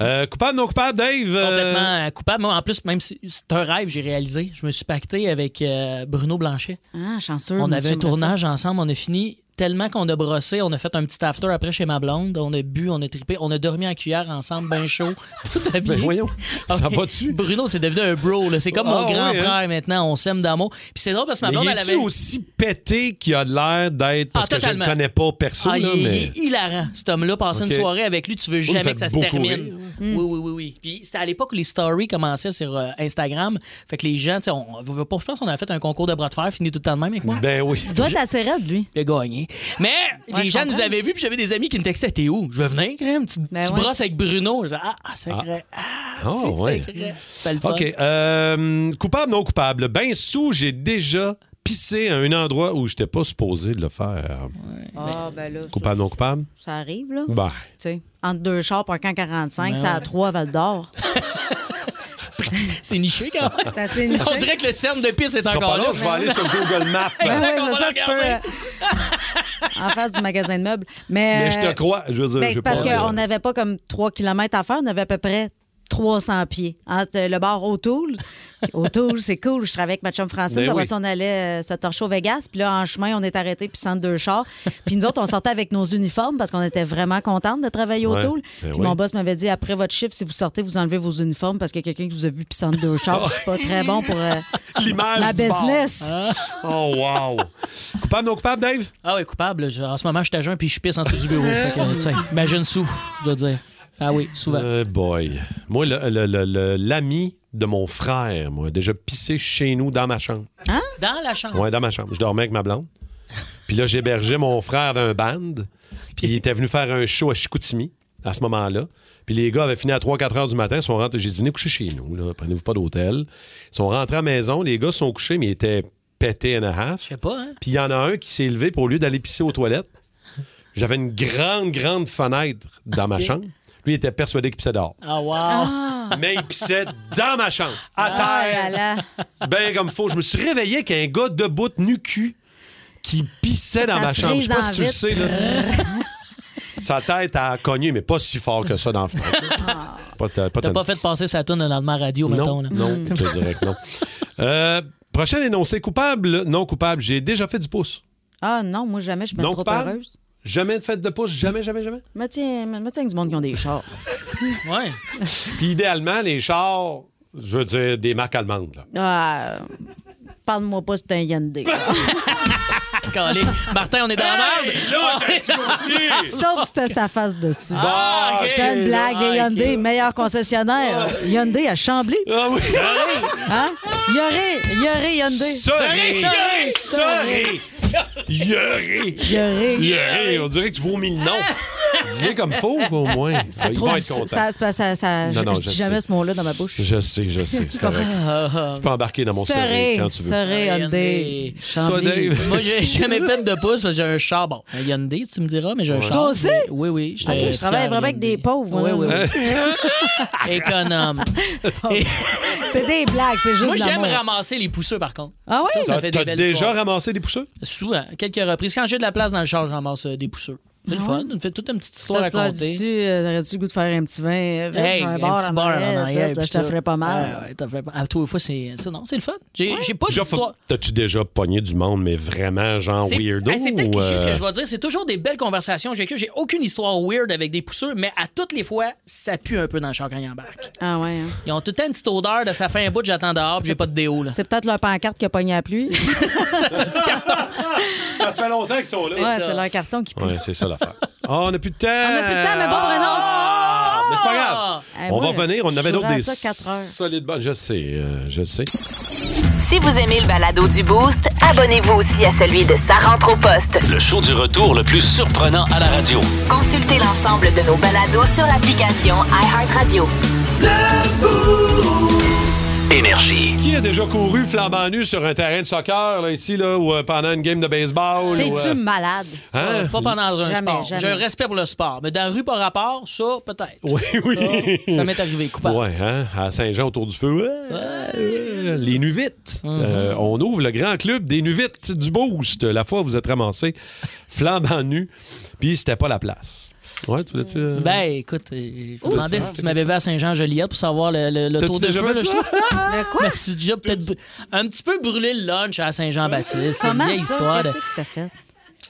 Euh, coupable, non coupable, Dave? euh, Complètement euh, coupable. Moi, en plus, même si c'est un rêve, j'ai réalisé. Je me suis pacté avec euh, Bruno Blanchet. Ah, chanceux. On me avait un souviens de tournage ça. ensemble, on a fini tellement qu'on a brossé, on a fait un petit after après chez ma blonde, on a bu, on a trippé, on a dormi en cuillère ensemble, ben chaud, <laughs> tout habillé. Ben voyons, Ah ça oui. va dessus. Bruno, c'est devenu un bro, là. c'est comme mon Ah grand oui, hein. frère maintenant, on s'aime d'amour. Puis c'est drôle parce que ma Mais blonde, il elle est-tu avait... aussi pété qu'il a l'air d'être? Parce Ah, que je ne totalement. connais pas perso, Ah, il, là, est, il mais... est hilarant, cet homme-là. Passer Ok. une soirée avec lui, tu veux Oh, il me jamais fait que ça se beaucoup termine. rire. Mm. Oui, oui, oui, oui. Puis c'était à l'époque où les stories commençaient sur euh, Instagram. Fait que les gens, tu sais, on, on veut pas- je pense qu'on a fait un concours de bras de fer, fini tout le temps de même avec moi. Ben oui. Il doit être assez raide, lui. Il a gagné. Mais Ouais, les je gens comprends. Ben nous avaient vus, puis j'avais des amis qui me textaient T'es où Je vais venir, crème. Tu, tu ouais. brosses avec Bruno. Je dis, ah, ah, secret. Ah, Oh, c'est ouais. secret. C'était le fun. OK. euh, coupable, non coupable. Ben sous, j'ai déjà pissé à un endroit où je n'étais pas supposé de le faire. Ah, ben là. Coupable, non coupable? Ça arrive, là. Ben. Tu sais, entre deux chars, parquant 45, Ben c'est à ouais. 3 Val d'Or. <laughs> C'est niché quand même. C'est assez niché. On dirait que le CERN de pisse est Sur encore pas là. Ben long, je vais aller <laughs> sur Google Maps. Ouais, Exact, ouais, <laughs> on va c'est ça, le tu peux, regarder. euh, en face du magasin de meubles. Mais, Mais je te crois, je veux dire, ben, je c'est veux parce pas- qu'on n'avait pas comme 3 km à faire, on avait à peu près 300 pieds entre le bar O'Toole. puis O'Toole, c'est cool. Je travaillais avec ma chum Francine. Ben puis après oui. ça, on allait euh, se torcher au Vegas. Puis là, en chemin, on est arrêté puis centre deux chars. Puis nous autres, on sortait avec nos uniformes parce qu'on était vraiment contentes de travailler au Ouais. O'Toole. Ben puis oui. mon boss m'avait dit après votre chiffre, si vous sortez, vous enlevez vos uniformes parce qu'il y a quelqu'un qui vous a vu puis centre deux chars. puis c'est pas très bon pour euh, Oh. L'image ma du bar. business. Oh, wow. <laughs> coupable, non coupable, Dave? Ah oui, coupable. Je- en ce moment, je suis à jeun, puis je pisse en dessous du <laughs> bureau. Fait que, ben, tu sais, imagine sous, je dois dire. Ah oui, souvent. Euh, boy. Moi, le- le- le- le- l'ami de mon frère, moi, a déjà pissé chez nous dans ma chambre. Hein? Dans la chambre. Ah. Ouais, dans ma chambre. Je dormais avec ma blonde. Puis là, j'hébergeais mon frère d'un band. Puis il était venu faire un show à Chicoutimi à ce moment-là. Puis les gars avaient fini à 3-4 heures du matin. Ils sont rentrés. J'ai dit, venez coucher chez nous. là. Prenez-vous pas d'hôtel. Ils sont rentrés à la maison. Les gars sont couchés, mais ils étaient pétés and a half. Je sais pas, hein? Puis il y en a un qui s'est levé pour au lieu d'aller pisser aux toilettes. J'avais une grande, grande fenêtre dans ma Ok. chambre. Lui, il était persuadé qu'il pissait dehors. Ah, wow. Mais il pissait dans ma chambre, Ah à terre. Ben comme faut. Je me suis réveillé avec un gars debout, nu cul, qui pissait dans Ça ma chambre. Je sais pas si tu le frise sais, dans là. la Sa tête a cogné, mais pas si fort que ça dans le front. Ah. Pas, t- pas T'as tellement. pas fait passer sa tourne dans ma radio, Non, mettons. là. non, je te dirais que non. Euh, prochain énoncé, coupable, non coupable. J'ai déjà fait du pouce. Ah non, moi jamais, je suis non trop coupable. heureuse. Jamais de fête de pouce, jamais, jamais, jamais. Me tiens, me me tiens avec du monde qui ont des chars. <laughs> ouais. Puis idéalement, les chars, je veux dire, des marques allemandes. là. Ah, Parle-moi pas, c'est <laughs> un Hyundai. <laughs> Calé. Martin, on est dans la merde. Sauf si t'as sa face dessus. Ah, ok. C'est une blague. Ah, ok. Hyundai, meilleur concessionnaire. Hyundai à Chambly. Ah oui. Hein? Yoré, Yoré Hyundai. Sorry. Sorry. Sorry. Yoré! Yoré. Yoré! On dirait que tu vomis le nom. Ah! Dis-le comme faux, au moins. <laughs> C'est Il trop va être difficile. content. Ça, ça, ça, ça- Non, je, non, je je dis sais. jamais ce mot-là dans ma bouche. Je sais, je sais, c'est correct. Ah, Tu peux embarquer dans mon soleil quand tu veux. Sorry, Hyundai. Hyundai. Chambly. Dave? <laughs> Moi, j'ai jamais fait de pouce parce que j'ai un char. Bon, un Hyundai, tu me diras, mais j'ai un Ouais. char. Toi aussi? Oui, oui. j'étais Ok, je travaille fier vraiment avec des pauvres. Oui, moi. oui, <laughs> oui. <laughs> Économe. C'est des blagues, c'est juste Moi, de j'aime l'amour. ramasser les pousseux, par contre. Ah oui? Ça, ça T'as- fait t'as des belles déjà soirées. ramassé des pousseux? Souvent, à quelques reprises. Quand j'ai de la place dans le char, je ramasse euh, des pousseux. C'est le Ah fun. ouais? On fait toute une petite histoire à Toi, tu leur raconter. dis-tu, euh, aurais-tu le goût de faire un petit vin? euh, vite, Hey, j'ai un bar petit bar en arrière. tout, puis Je te ça. ferais pas mal. Ah Ouais, ouais, t'en ferais pas- À tous les fois, c'est ça. Non, c'est le fun. J'ai j'ai pas Déjà, d'histoire. T'as-tu déjà pogné du monde, mais vraiment, genre C'est weirdo? hey, c'est peut-être ou, cliché ce que euh, je vais dire. C'est toujours des belles conversations. J'ai que j'ai aucune histoire weird avec des pousseurs, mais à toutes les fois, ça pue un peu dans le char quand ils embarquent. Ah ouais. hein. Ils ont tout le temps une petite odeur de ça fait un bout, j'attends dehors, puis j'ai pas de déo. Là. C'est peut-être leur pancarte qui a pogné la pluie. Ça fait longtemps qu'ils sont là. Ouais, c'est leur carton qui pue. Ouais, c'est ça <laughs> l'affaire. Ah, on n'a plus de temps. On a plus de temps, <laughs> mais bon, Ah, mais c'est pas grave. Eh, on moi, va revenir. On avait je d'autres jouerais à des ça quatre heures. solides bonnes. Je sais, euh, je sais. Si vous aimez le balado du Boost, abonnez-vous aussi à celui de Sa rentre au poste. Le show du retour le plus surprenant à la radio. Consultez l'ensemble de nos balados sur l'application iHeartRadio. Énergie. Qui a déjà couru flambant nu sur un terrain de soccer, là, ici, là, ou euh, pendant une game de baseball? ou, T'es-tu euh, malade? Hein? Euh, Pas pendant un Jamais, sport. jamais. J'ai un respect pour le sport, mais dans la rue par rapport, ça, peut-être. Oui, oui. Ça, ça m'est arrivé, coupable. Ouais, hein? À Saint-Jean, autour du feu. ouais, ouais, les Nuvites. Mm-hmm. Euh, on ouvre le grand club des Nuvites du Boost. La fois, où vous êtes ramassés <laughs> flambant nu, puis c'était pas la place. Ouais, tu voulais-tu. euh, Ben, écoute, euh, je me Ouh, demandais ça, si tu m'avais vu à Saint-Jean-Joliette pour savoir le, le, le T'as-tu tour de déjà feu. fait là, ça? je- Mais tu as déjà peut-être br- un petit peu brûlé le lunch à Saint-Jean-Baptiste. C'est une Comment vieille ça? histoire. de- Qu'est-ce que t'as fait?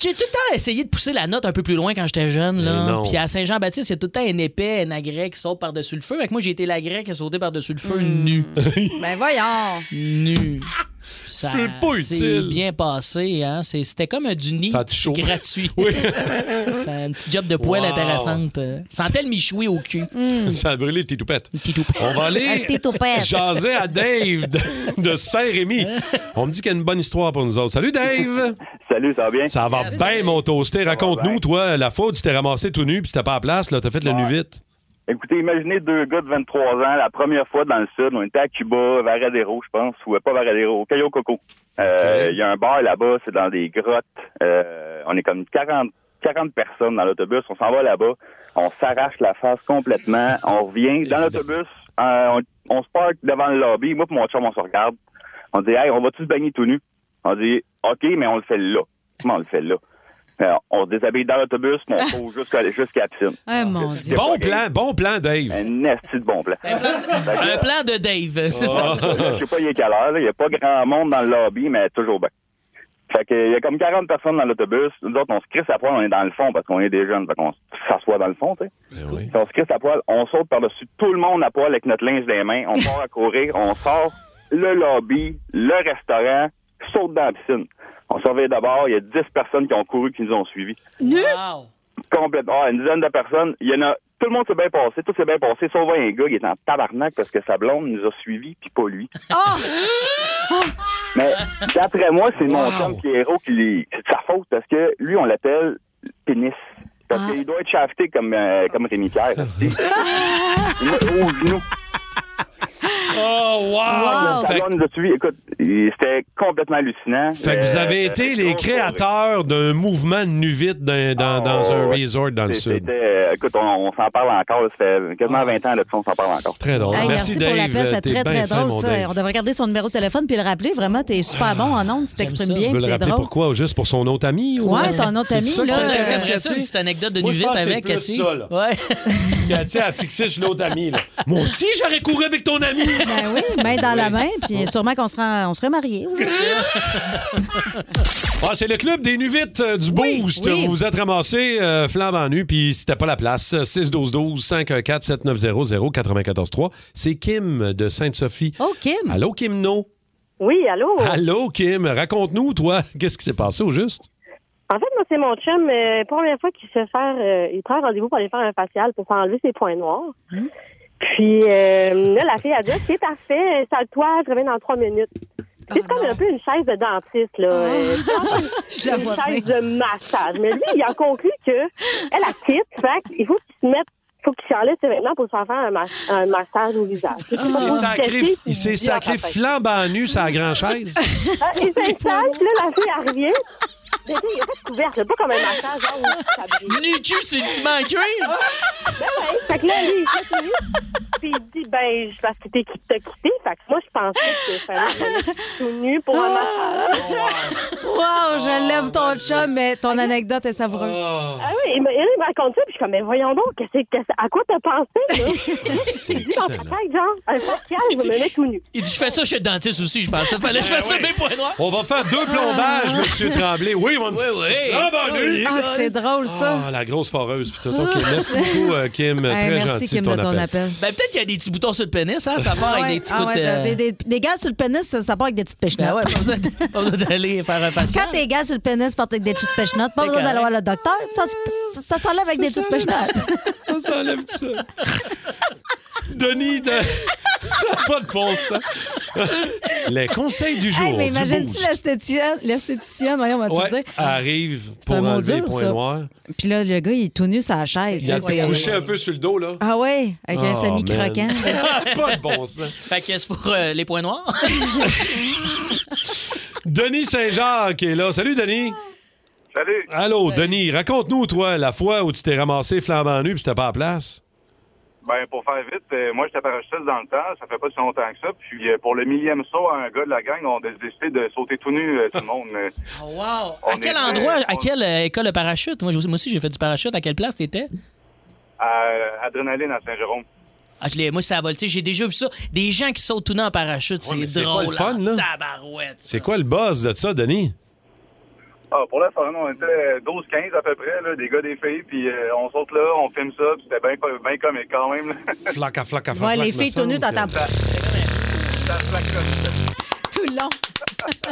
J'ai tout le temps essayé de pousser la note un peu plus loin quand j'étais jeune. Mais Là. non. Puis à Saint-Jean-Baptiste, il y a tout le temps un épais, un agrès qui saute par-dessus le feu. Fait que moi, j'ai été l'agrès qui a sauté par-dessus le <laughs> feu nu. Hmm. Ben voyons. nu. Ça C'est pas s'est utile. bien passé. Hein? C'est- C'était comme euh, du nid Ça te chauffe. gratuit. <laughs> Oui. <laughs> C'est un petit job de poêle Wow. intéressante. Sentait le michoui au cul. Ça a brûlé tes toupettes. On va aller Avec tes toupettes. jaser à Dave de, de Saint-Rémy. On me dit qu'il y a une bonne histoire pour nous autres. Salut Dave! Salut, ça va bien? Ça va bien, mon toasté. Raconte-nous, toi, la fois où tu t'es ramassé tout nu puis c'était pas à place, là, t'as fait le nu vite. Écoutez, imaginez deux gars de 23 ans, la première fois dans le sud, on était à Cuba, Varadero, je pense, ou euh, pas Varadero, au Cayo Coco. Euh, Il y a un bar là-bas, c'est dans des grottes. Euh, on est comme 40, 40 personnes dans l'autobus, on s'en va là-bas, on s'arrache la face complètement, on revient dans l'autobus, euh, on, on se parque devant le lobby, moi et mon chum, on se regarde. On dit, hey, on va tous se baigner tout nu. On dit, OK, mais on le fait là. Comment on le fait là? Euh, on se déshabille dans l'autobus, mais on court jusqu'à jusqu'à la piscine. Ah, Eh mon Dieu. Bon plan, bon plan, Dave. Un esti de bon plan. Ah. Un plan de Dave, Ben, c'est ça. Ah. <laughs> Je sais pas, il est quelle heure, là. Il n'y a pas grand monde dans le lobby, mais toujours bien. Fait que, il y a comme 40 personnes dans l'autobus. Nous autres, on se crisse à poil, on est dans le fond parce qu'on est des jeunes. Fait qu'on s'assoit dans le fond, tu sais. Puis On se crisse à poil, on saute par-dessus tout le monde à poil avec notre linge des mains. On part à courir, <laughs> on sort le lobby, le restaurant, saute dans la piscine. On surveille d'abord, il y a 10 personnes qui ont couru, qui nous ont suivis. Wow. Complètement. Ah, une dizaine de personnes. Il y en a. Tout le monde s'est bien passé. Tout s'est bien passé. Sauf un gars qui est en tabarnak parce que sa blonde nous a suivis, puis pas lui. Ah! <laughs> Mais d'après moi, c'est mon chum Pierrot qui les- C'est de sa faute parce que lui, on l'appelle pénis. Parce Ah. qu'il doit être shafté comme, euh, comme <laughs> Rémi Pierre. Il est au genou. Oh, wow! Sa Fait, blonde nous a suivis. Écoute, il- c'était complètement hallucinant. fait que vous Euh, avez été les créateurs d'un mouvement de nu vite dans, dans- dans un resort dans le Ah, c'est- sud. c'était, euh, écoute, on, on s'en parle encore. Ça fait Ah. quasiment 20 ans de ça, on s'en parle encore. Très drôle. Hey, Oh, merci, merci, pour Dave. l'appel, c'était T'es très, bien très fin, drôle, mon ça. Dave. Ah. On devrait garder son numéro de téléphone puis le rappeler. Vraiment, t'es super bon en ondes, tu t'exprimes bien, Tu veux puis le t'es rappeler drôle. pourquoi? Juste pour son autre ami? ou- euh? Ouais, ton autre C'est ami, ça que là, t'as- euh, qu'est-ce que T'aimerais ça, c'est? une petite anecdote de Moi, je Nuvite pense que c'est avec plus Cathy? ça, là. Ouais. Cathy a fixé chez l'autre ami. Là. Moi aussi, j'aurais couru avec ton ami. Ben oui, <laughs> main dans la main, puis sûrement qu'on sera, on serait mariés. aujourd'hui. Ah, c'est le club des Nuvites euh, du Boost. oui. Vous vous êtes ramassés euh, flambant nu, puis c'était pas la place. 612-12-514-7900-943. C'est Kim de Sainte-Sophie. Oh, Kim. Allô, Kim No. Oui, allô? Allô, Kim, raconte-nous, toi, <laughs> qu'est-ce qui s'est passé au juste? En fait, moi, c'est mon chum, euh, première fois qu'il se fait faire, euh, il prend rendez-vous pour aller faire un facial pour s'enlever ses points noirs. Hein? Puis euh, là, la fille a dit C'est parfait, installe-toi, je reviens dans trois minutes. Ah, C'est comme un peu une chaise de dentiste, là. Euh, c'est <laughs> la comme une vois chaise de massage. Mais lui, il a conclu que elle a quitte, fait qu'il faut qu'il se mette, faut qu'il s'enlève ses vêtements pour se faire faire un, mas- un massage au visage. Il Oh, s'est sacré, il s'est sacré flambant nu sur la grande chaise. Ah, Il s'installe, puis là, la fille, elle revient. Mais tu sais, il n'y a pas de couverte, là, pas comme un massage. hein, Genre, où ça brille. Nu cul sur le ciment en cuir? Ben ouais, fait que là, lui, il fait tout nu. Puis il dit, ben, je- parce que t'es- t'as quitté. Fait que moi, je pensais que fallait que je tout nu pour un massage. Ah! Wow, Ah, je lève ton ben, chum, mais ton anecdote est savoureuse. Ah oui, il me, il me raconte ça, puis je suis comme, mais voyons donc, qu'est-ce que- qu'est-ce- à quoi t'as pensé, là? <laughs> J'ai dit, dans ta tête, genre, un facial, je me mets tout nu. Il dit Je fais ça chez le dentiste aussi, je pense. Fallait que je fasse ça, mes points noirs. Ah. On va faire deux plombages, monsieur <laughs> Tremblay. Oui, mon Oui, oui. Flambant nu. Ah, que c'est drôle, ça. Ah, la grosse foreuse. puis tout. OK, <laughs> merci beaucoup, euh, Kim. Hey, Très merci, gentil Kim, ton de ton appel. appel. Ben, peut-être qu'il y a des petits boutons sur le pénis, hein, ça part Ah ouais, avec des petits ah bouts ouais, de- des, des- des gaz sur le pénis, ça, ça part avec des petites pêches Ben ouais, pas besoin de- <laughs> pas besoin d'aller faire un facial. <laughs> Quand t'es gaz sur le pénis, porte avec des petites pêchenottes, pas C'est besoin d'aller correct. voir le docteur, ça, se- ça s'enlève avec des petites pêchenottes. Ça s'enlève tout ça. Denis, de... ça n'a pas de bon sens. Les conseils <laughs> du jour. Hey, mais du imagine-tu boost. l'esthéticienne, l'esthéticienne, voyons, on va Ouais, te dire. arrive C'est pour un mot enlever les dur, points ça. noirs. Puis là, le gars, il est tout nu sur la chaise. Il a tu sais, été c'est- couché un peu sur le dos, là. Ah ouais, avec un Oh, semi-croquant. man. <laughs> pas de bon sens. Fait que c'est pour euh, les <laughs> points noirs. Denis Saint-Jean qui est là. Salut, Denis. Salut. Allô, Denis, raconte-nous, toi, la fois où tu t'es ramassé flambant nu puis c'était pas à place. Ben, pour faire vite, euh, moi, j'étais parachutiste dans le temps. Ça fait pas si longtemps que ça. Puis, euh, pour le millième saut à un gars de la gang, on a décidé de sauter tout nu, euh, tout le monde. <laughs> Euh, Ah, wow! On À quel était- endroit, à quelle euh, école de parachute? Moi, je- moi aussi, j'ai fait du parachute. À quelle place t'étais? à Adrénaline à Saint-Jérôme. Ah, je l'ai- moi, c'est à voltige. J'ai déjà vu ça. Des gens qui sautent tout nu en parachute, c'est c'est pas drôle. le fun, en <laughs> là. Tabarouette. C'est quoi le buzz de ça, Denis? Ah, pour la fin, on était euh, 12-15 à peu près, là, des gars, des filles. Puis, euh, on saute là, on filme ça. Puis, c'était bien bien comique quand même. Flaca, flaca, Ouais, les filles tout nues, t'entends pas. Tout le long. <laughs>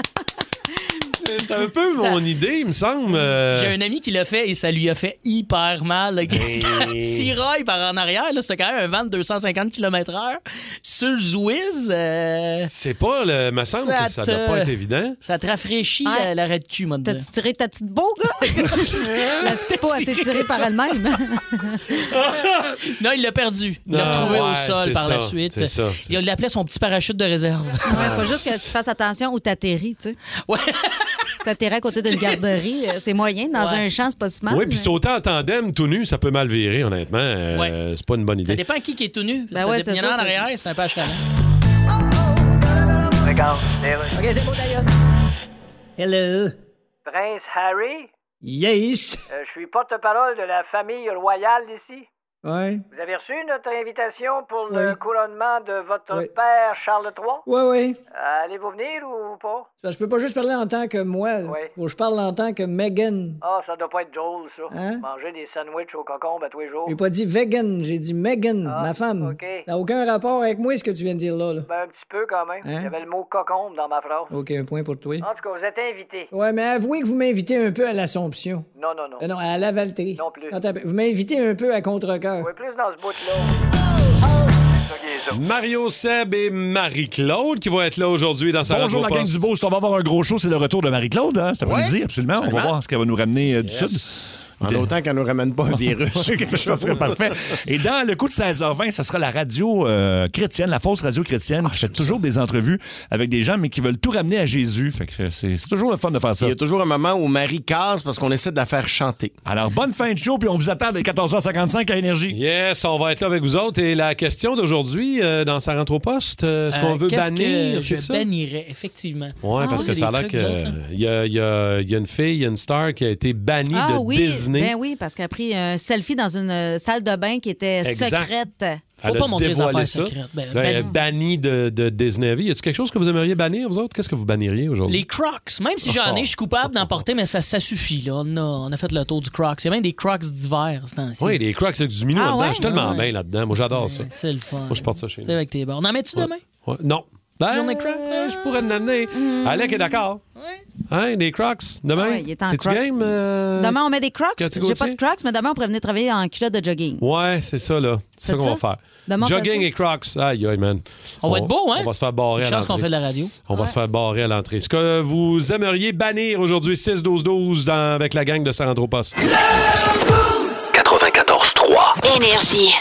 C'est un peu Ça- mon idée, il me semble. euh, J'ai un ami qui l'a fait et ça lui a fait hyper mal. là, <laughs> qui s'en Ben. tiraille par en arrière. là. C'était quand même un vent de 250 km/h sur le Zouiz. euh, C'est pas le. me semble que ça doit te- pas être évident. Ça te rafraîchit euh, l'arrêt de cul, mon T'as-tu tiré ta petite beau, gars? <laughs> La petite peau, elle s'est tirée par elle-même. <laughs> non, il l'a perdu. Il l'a Ah, retrouvé ouais, au sol c'est par la ça, suite. c'est ça, Ah, il l'appelait son petit parachute de réserve. Ouais, faut juste que tu fasses attention où t'atterris, tu sais. Ah. Ouais. Si t'atterris à côté d'une garderie, euh, c'est moyen. Dans un champ, c'est pas si mal. Oui, puis mais- sauter en tandem tout nu, ça peut mal virer, honnêtement. Euh, C'est pas une bonne Ça idée. dépend qui qui est tout nu. Ben ça ouais, dépend- c'est il y en a en ça. arrière, c'est un peu achalant. D'accord. OK, c'est bon, d'ailleurs. Hello. Prince Harry, Yes. euh, je suis porte-parole de la famille royale d'ici. Ouais. Vous avez reçu notre invitation pour le Oui. couronnement de votre Oui. père Charles III? Ouais, ouais. Euh, Allez-vous venir ou pas? C'est parce que Je peux pas juste parler en tant que moi. là. Faut que je parle en tant que Megan. Ah, ça doit pas être drôle, ça. Hein? Manger des sandwichs au cocombe à tous les jours. J'ai pas dit vegan, j'ai dit Megan, Oh. Ah, ma femme. OK. Ça n'a aucun rapport avec moi, ce que tu viens de dire là. là. Ben, un petit peu quand même. Hein? Il y avait le mot cocombe dans ma phrase. OK, un point pour toi. En tout cas, vous êtes invité. Ouais, mais avouez que vous m'invitez un peu à l'Assomption. Non, non, non. Euh, non, à la Valterie. Non plus. Attends, vous m'invitez un peu à contre-cœur. Oui, plus dans ce bout-là. Mario Seb et Marie-Claude qui vont être là aujourd'hui dans sa Bonjour la radio gang poste. du Boost. On va avoir un gros show. C'est le retour de Marie-Claude hein, cet après-midi, Ouais, absolument. On va absolument. voir ce qu'elle va nous ramener euh, du Yes. Sud. En autant qu'elle ne nous ramène <laughs> pas un virus. ça serait parfait. Et dans le coup de 16h20, ce sera la radio euh, chrétienne, la fausse radio chrétienne, Ah, qui fait toujours des entrevues avec des gens, mais qui veulent tout ramener à Jésus. Fait que c'est c'est toujours le fun de faire ça. Il y a toujours un moment où Marie casse parce qu'on essaie de la faire chanter. Alors, bonne fin de show, puis on vous attend dès 14h55 à Énergie. Yes, on va être là avec vous autres. Et la question d'aujourd'hui euh, dans sa rentre au poste, euh, ce qu'on Euh, veut qu'est-ce bannir, que c'est je Ah, ça? bannirais, effectivement. Oui, parce que ça a l'air hein. qu'il y a, il y a- il y a une fille, il y a une star qui a été bannie Ah de oui, Disney. ben oui, parce qu'elle a pris un selfie dans une euh, salle de bain qui était Exact. secrète. Elle a dévoilé ça. Ben, Ben, Là, elle est bannie de, de Disney Vie. Y a-t-il quelque chose que vous aimeriez bannir, vous autres? Qu'est-ce que vous banniriez aujourd'hui? Les Crocs, même si j'en ai, je suis coupable d'en porter, mais ça, ça suffit. Là. On, a, on a fait le tour du Crocs. Il y a même des Crocs d'hiver, ce temps-ci. Oui, les Crocs, c'est du minou Ah là-dedans. ouais? Je suis tellement Ouais. bien là-dedans. Moi, j'adore ça. C'est le fun. Moi, je porte ça chez C'est nous. avec tes bords. N'en mets-tu demain? Ouais. Non. Ben, je pourrais l'amener. Mm. Alec est d'accord. Hein, des Crocs, demain? Ah Ouais, il est en T'es-tu Crocs. game? euh, Demain, on met des crocs. Cathy J'ai pas Gauthier? de crocs, mais demain, on pourrait venir travailler en culotte de jogging. Ouais, c'est ça, là. C'est ça C'est qu'on va ça? faire. Demain, on fait Jogging ça. et Crocs. Aïe, aïe, man. On va être beau, hein? On va se faire barrer Une à chance qu'on l'entrée. fait de la radio. On va se faire barrer à l'entrée. Ce que vous aimeriez bannir aujourd'hui, 6-12-12, dans- avec la gang de Saint-Andrew Poste. 94.3 Énergie.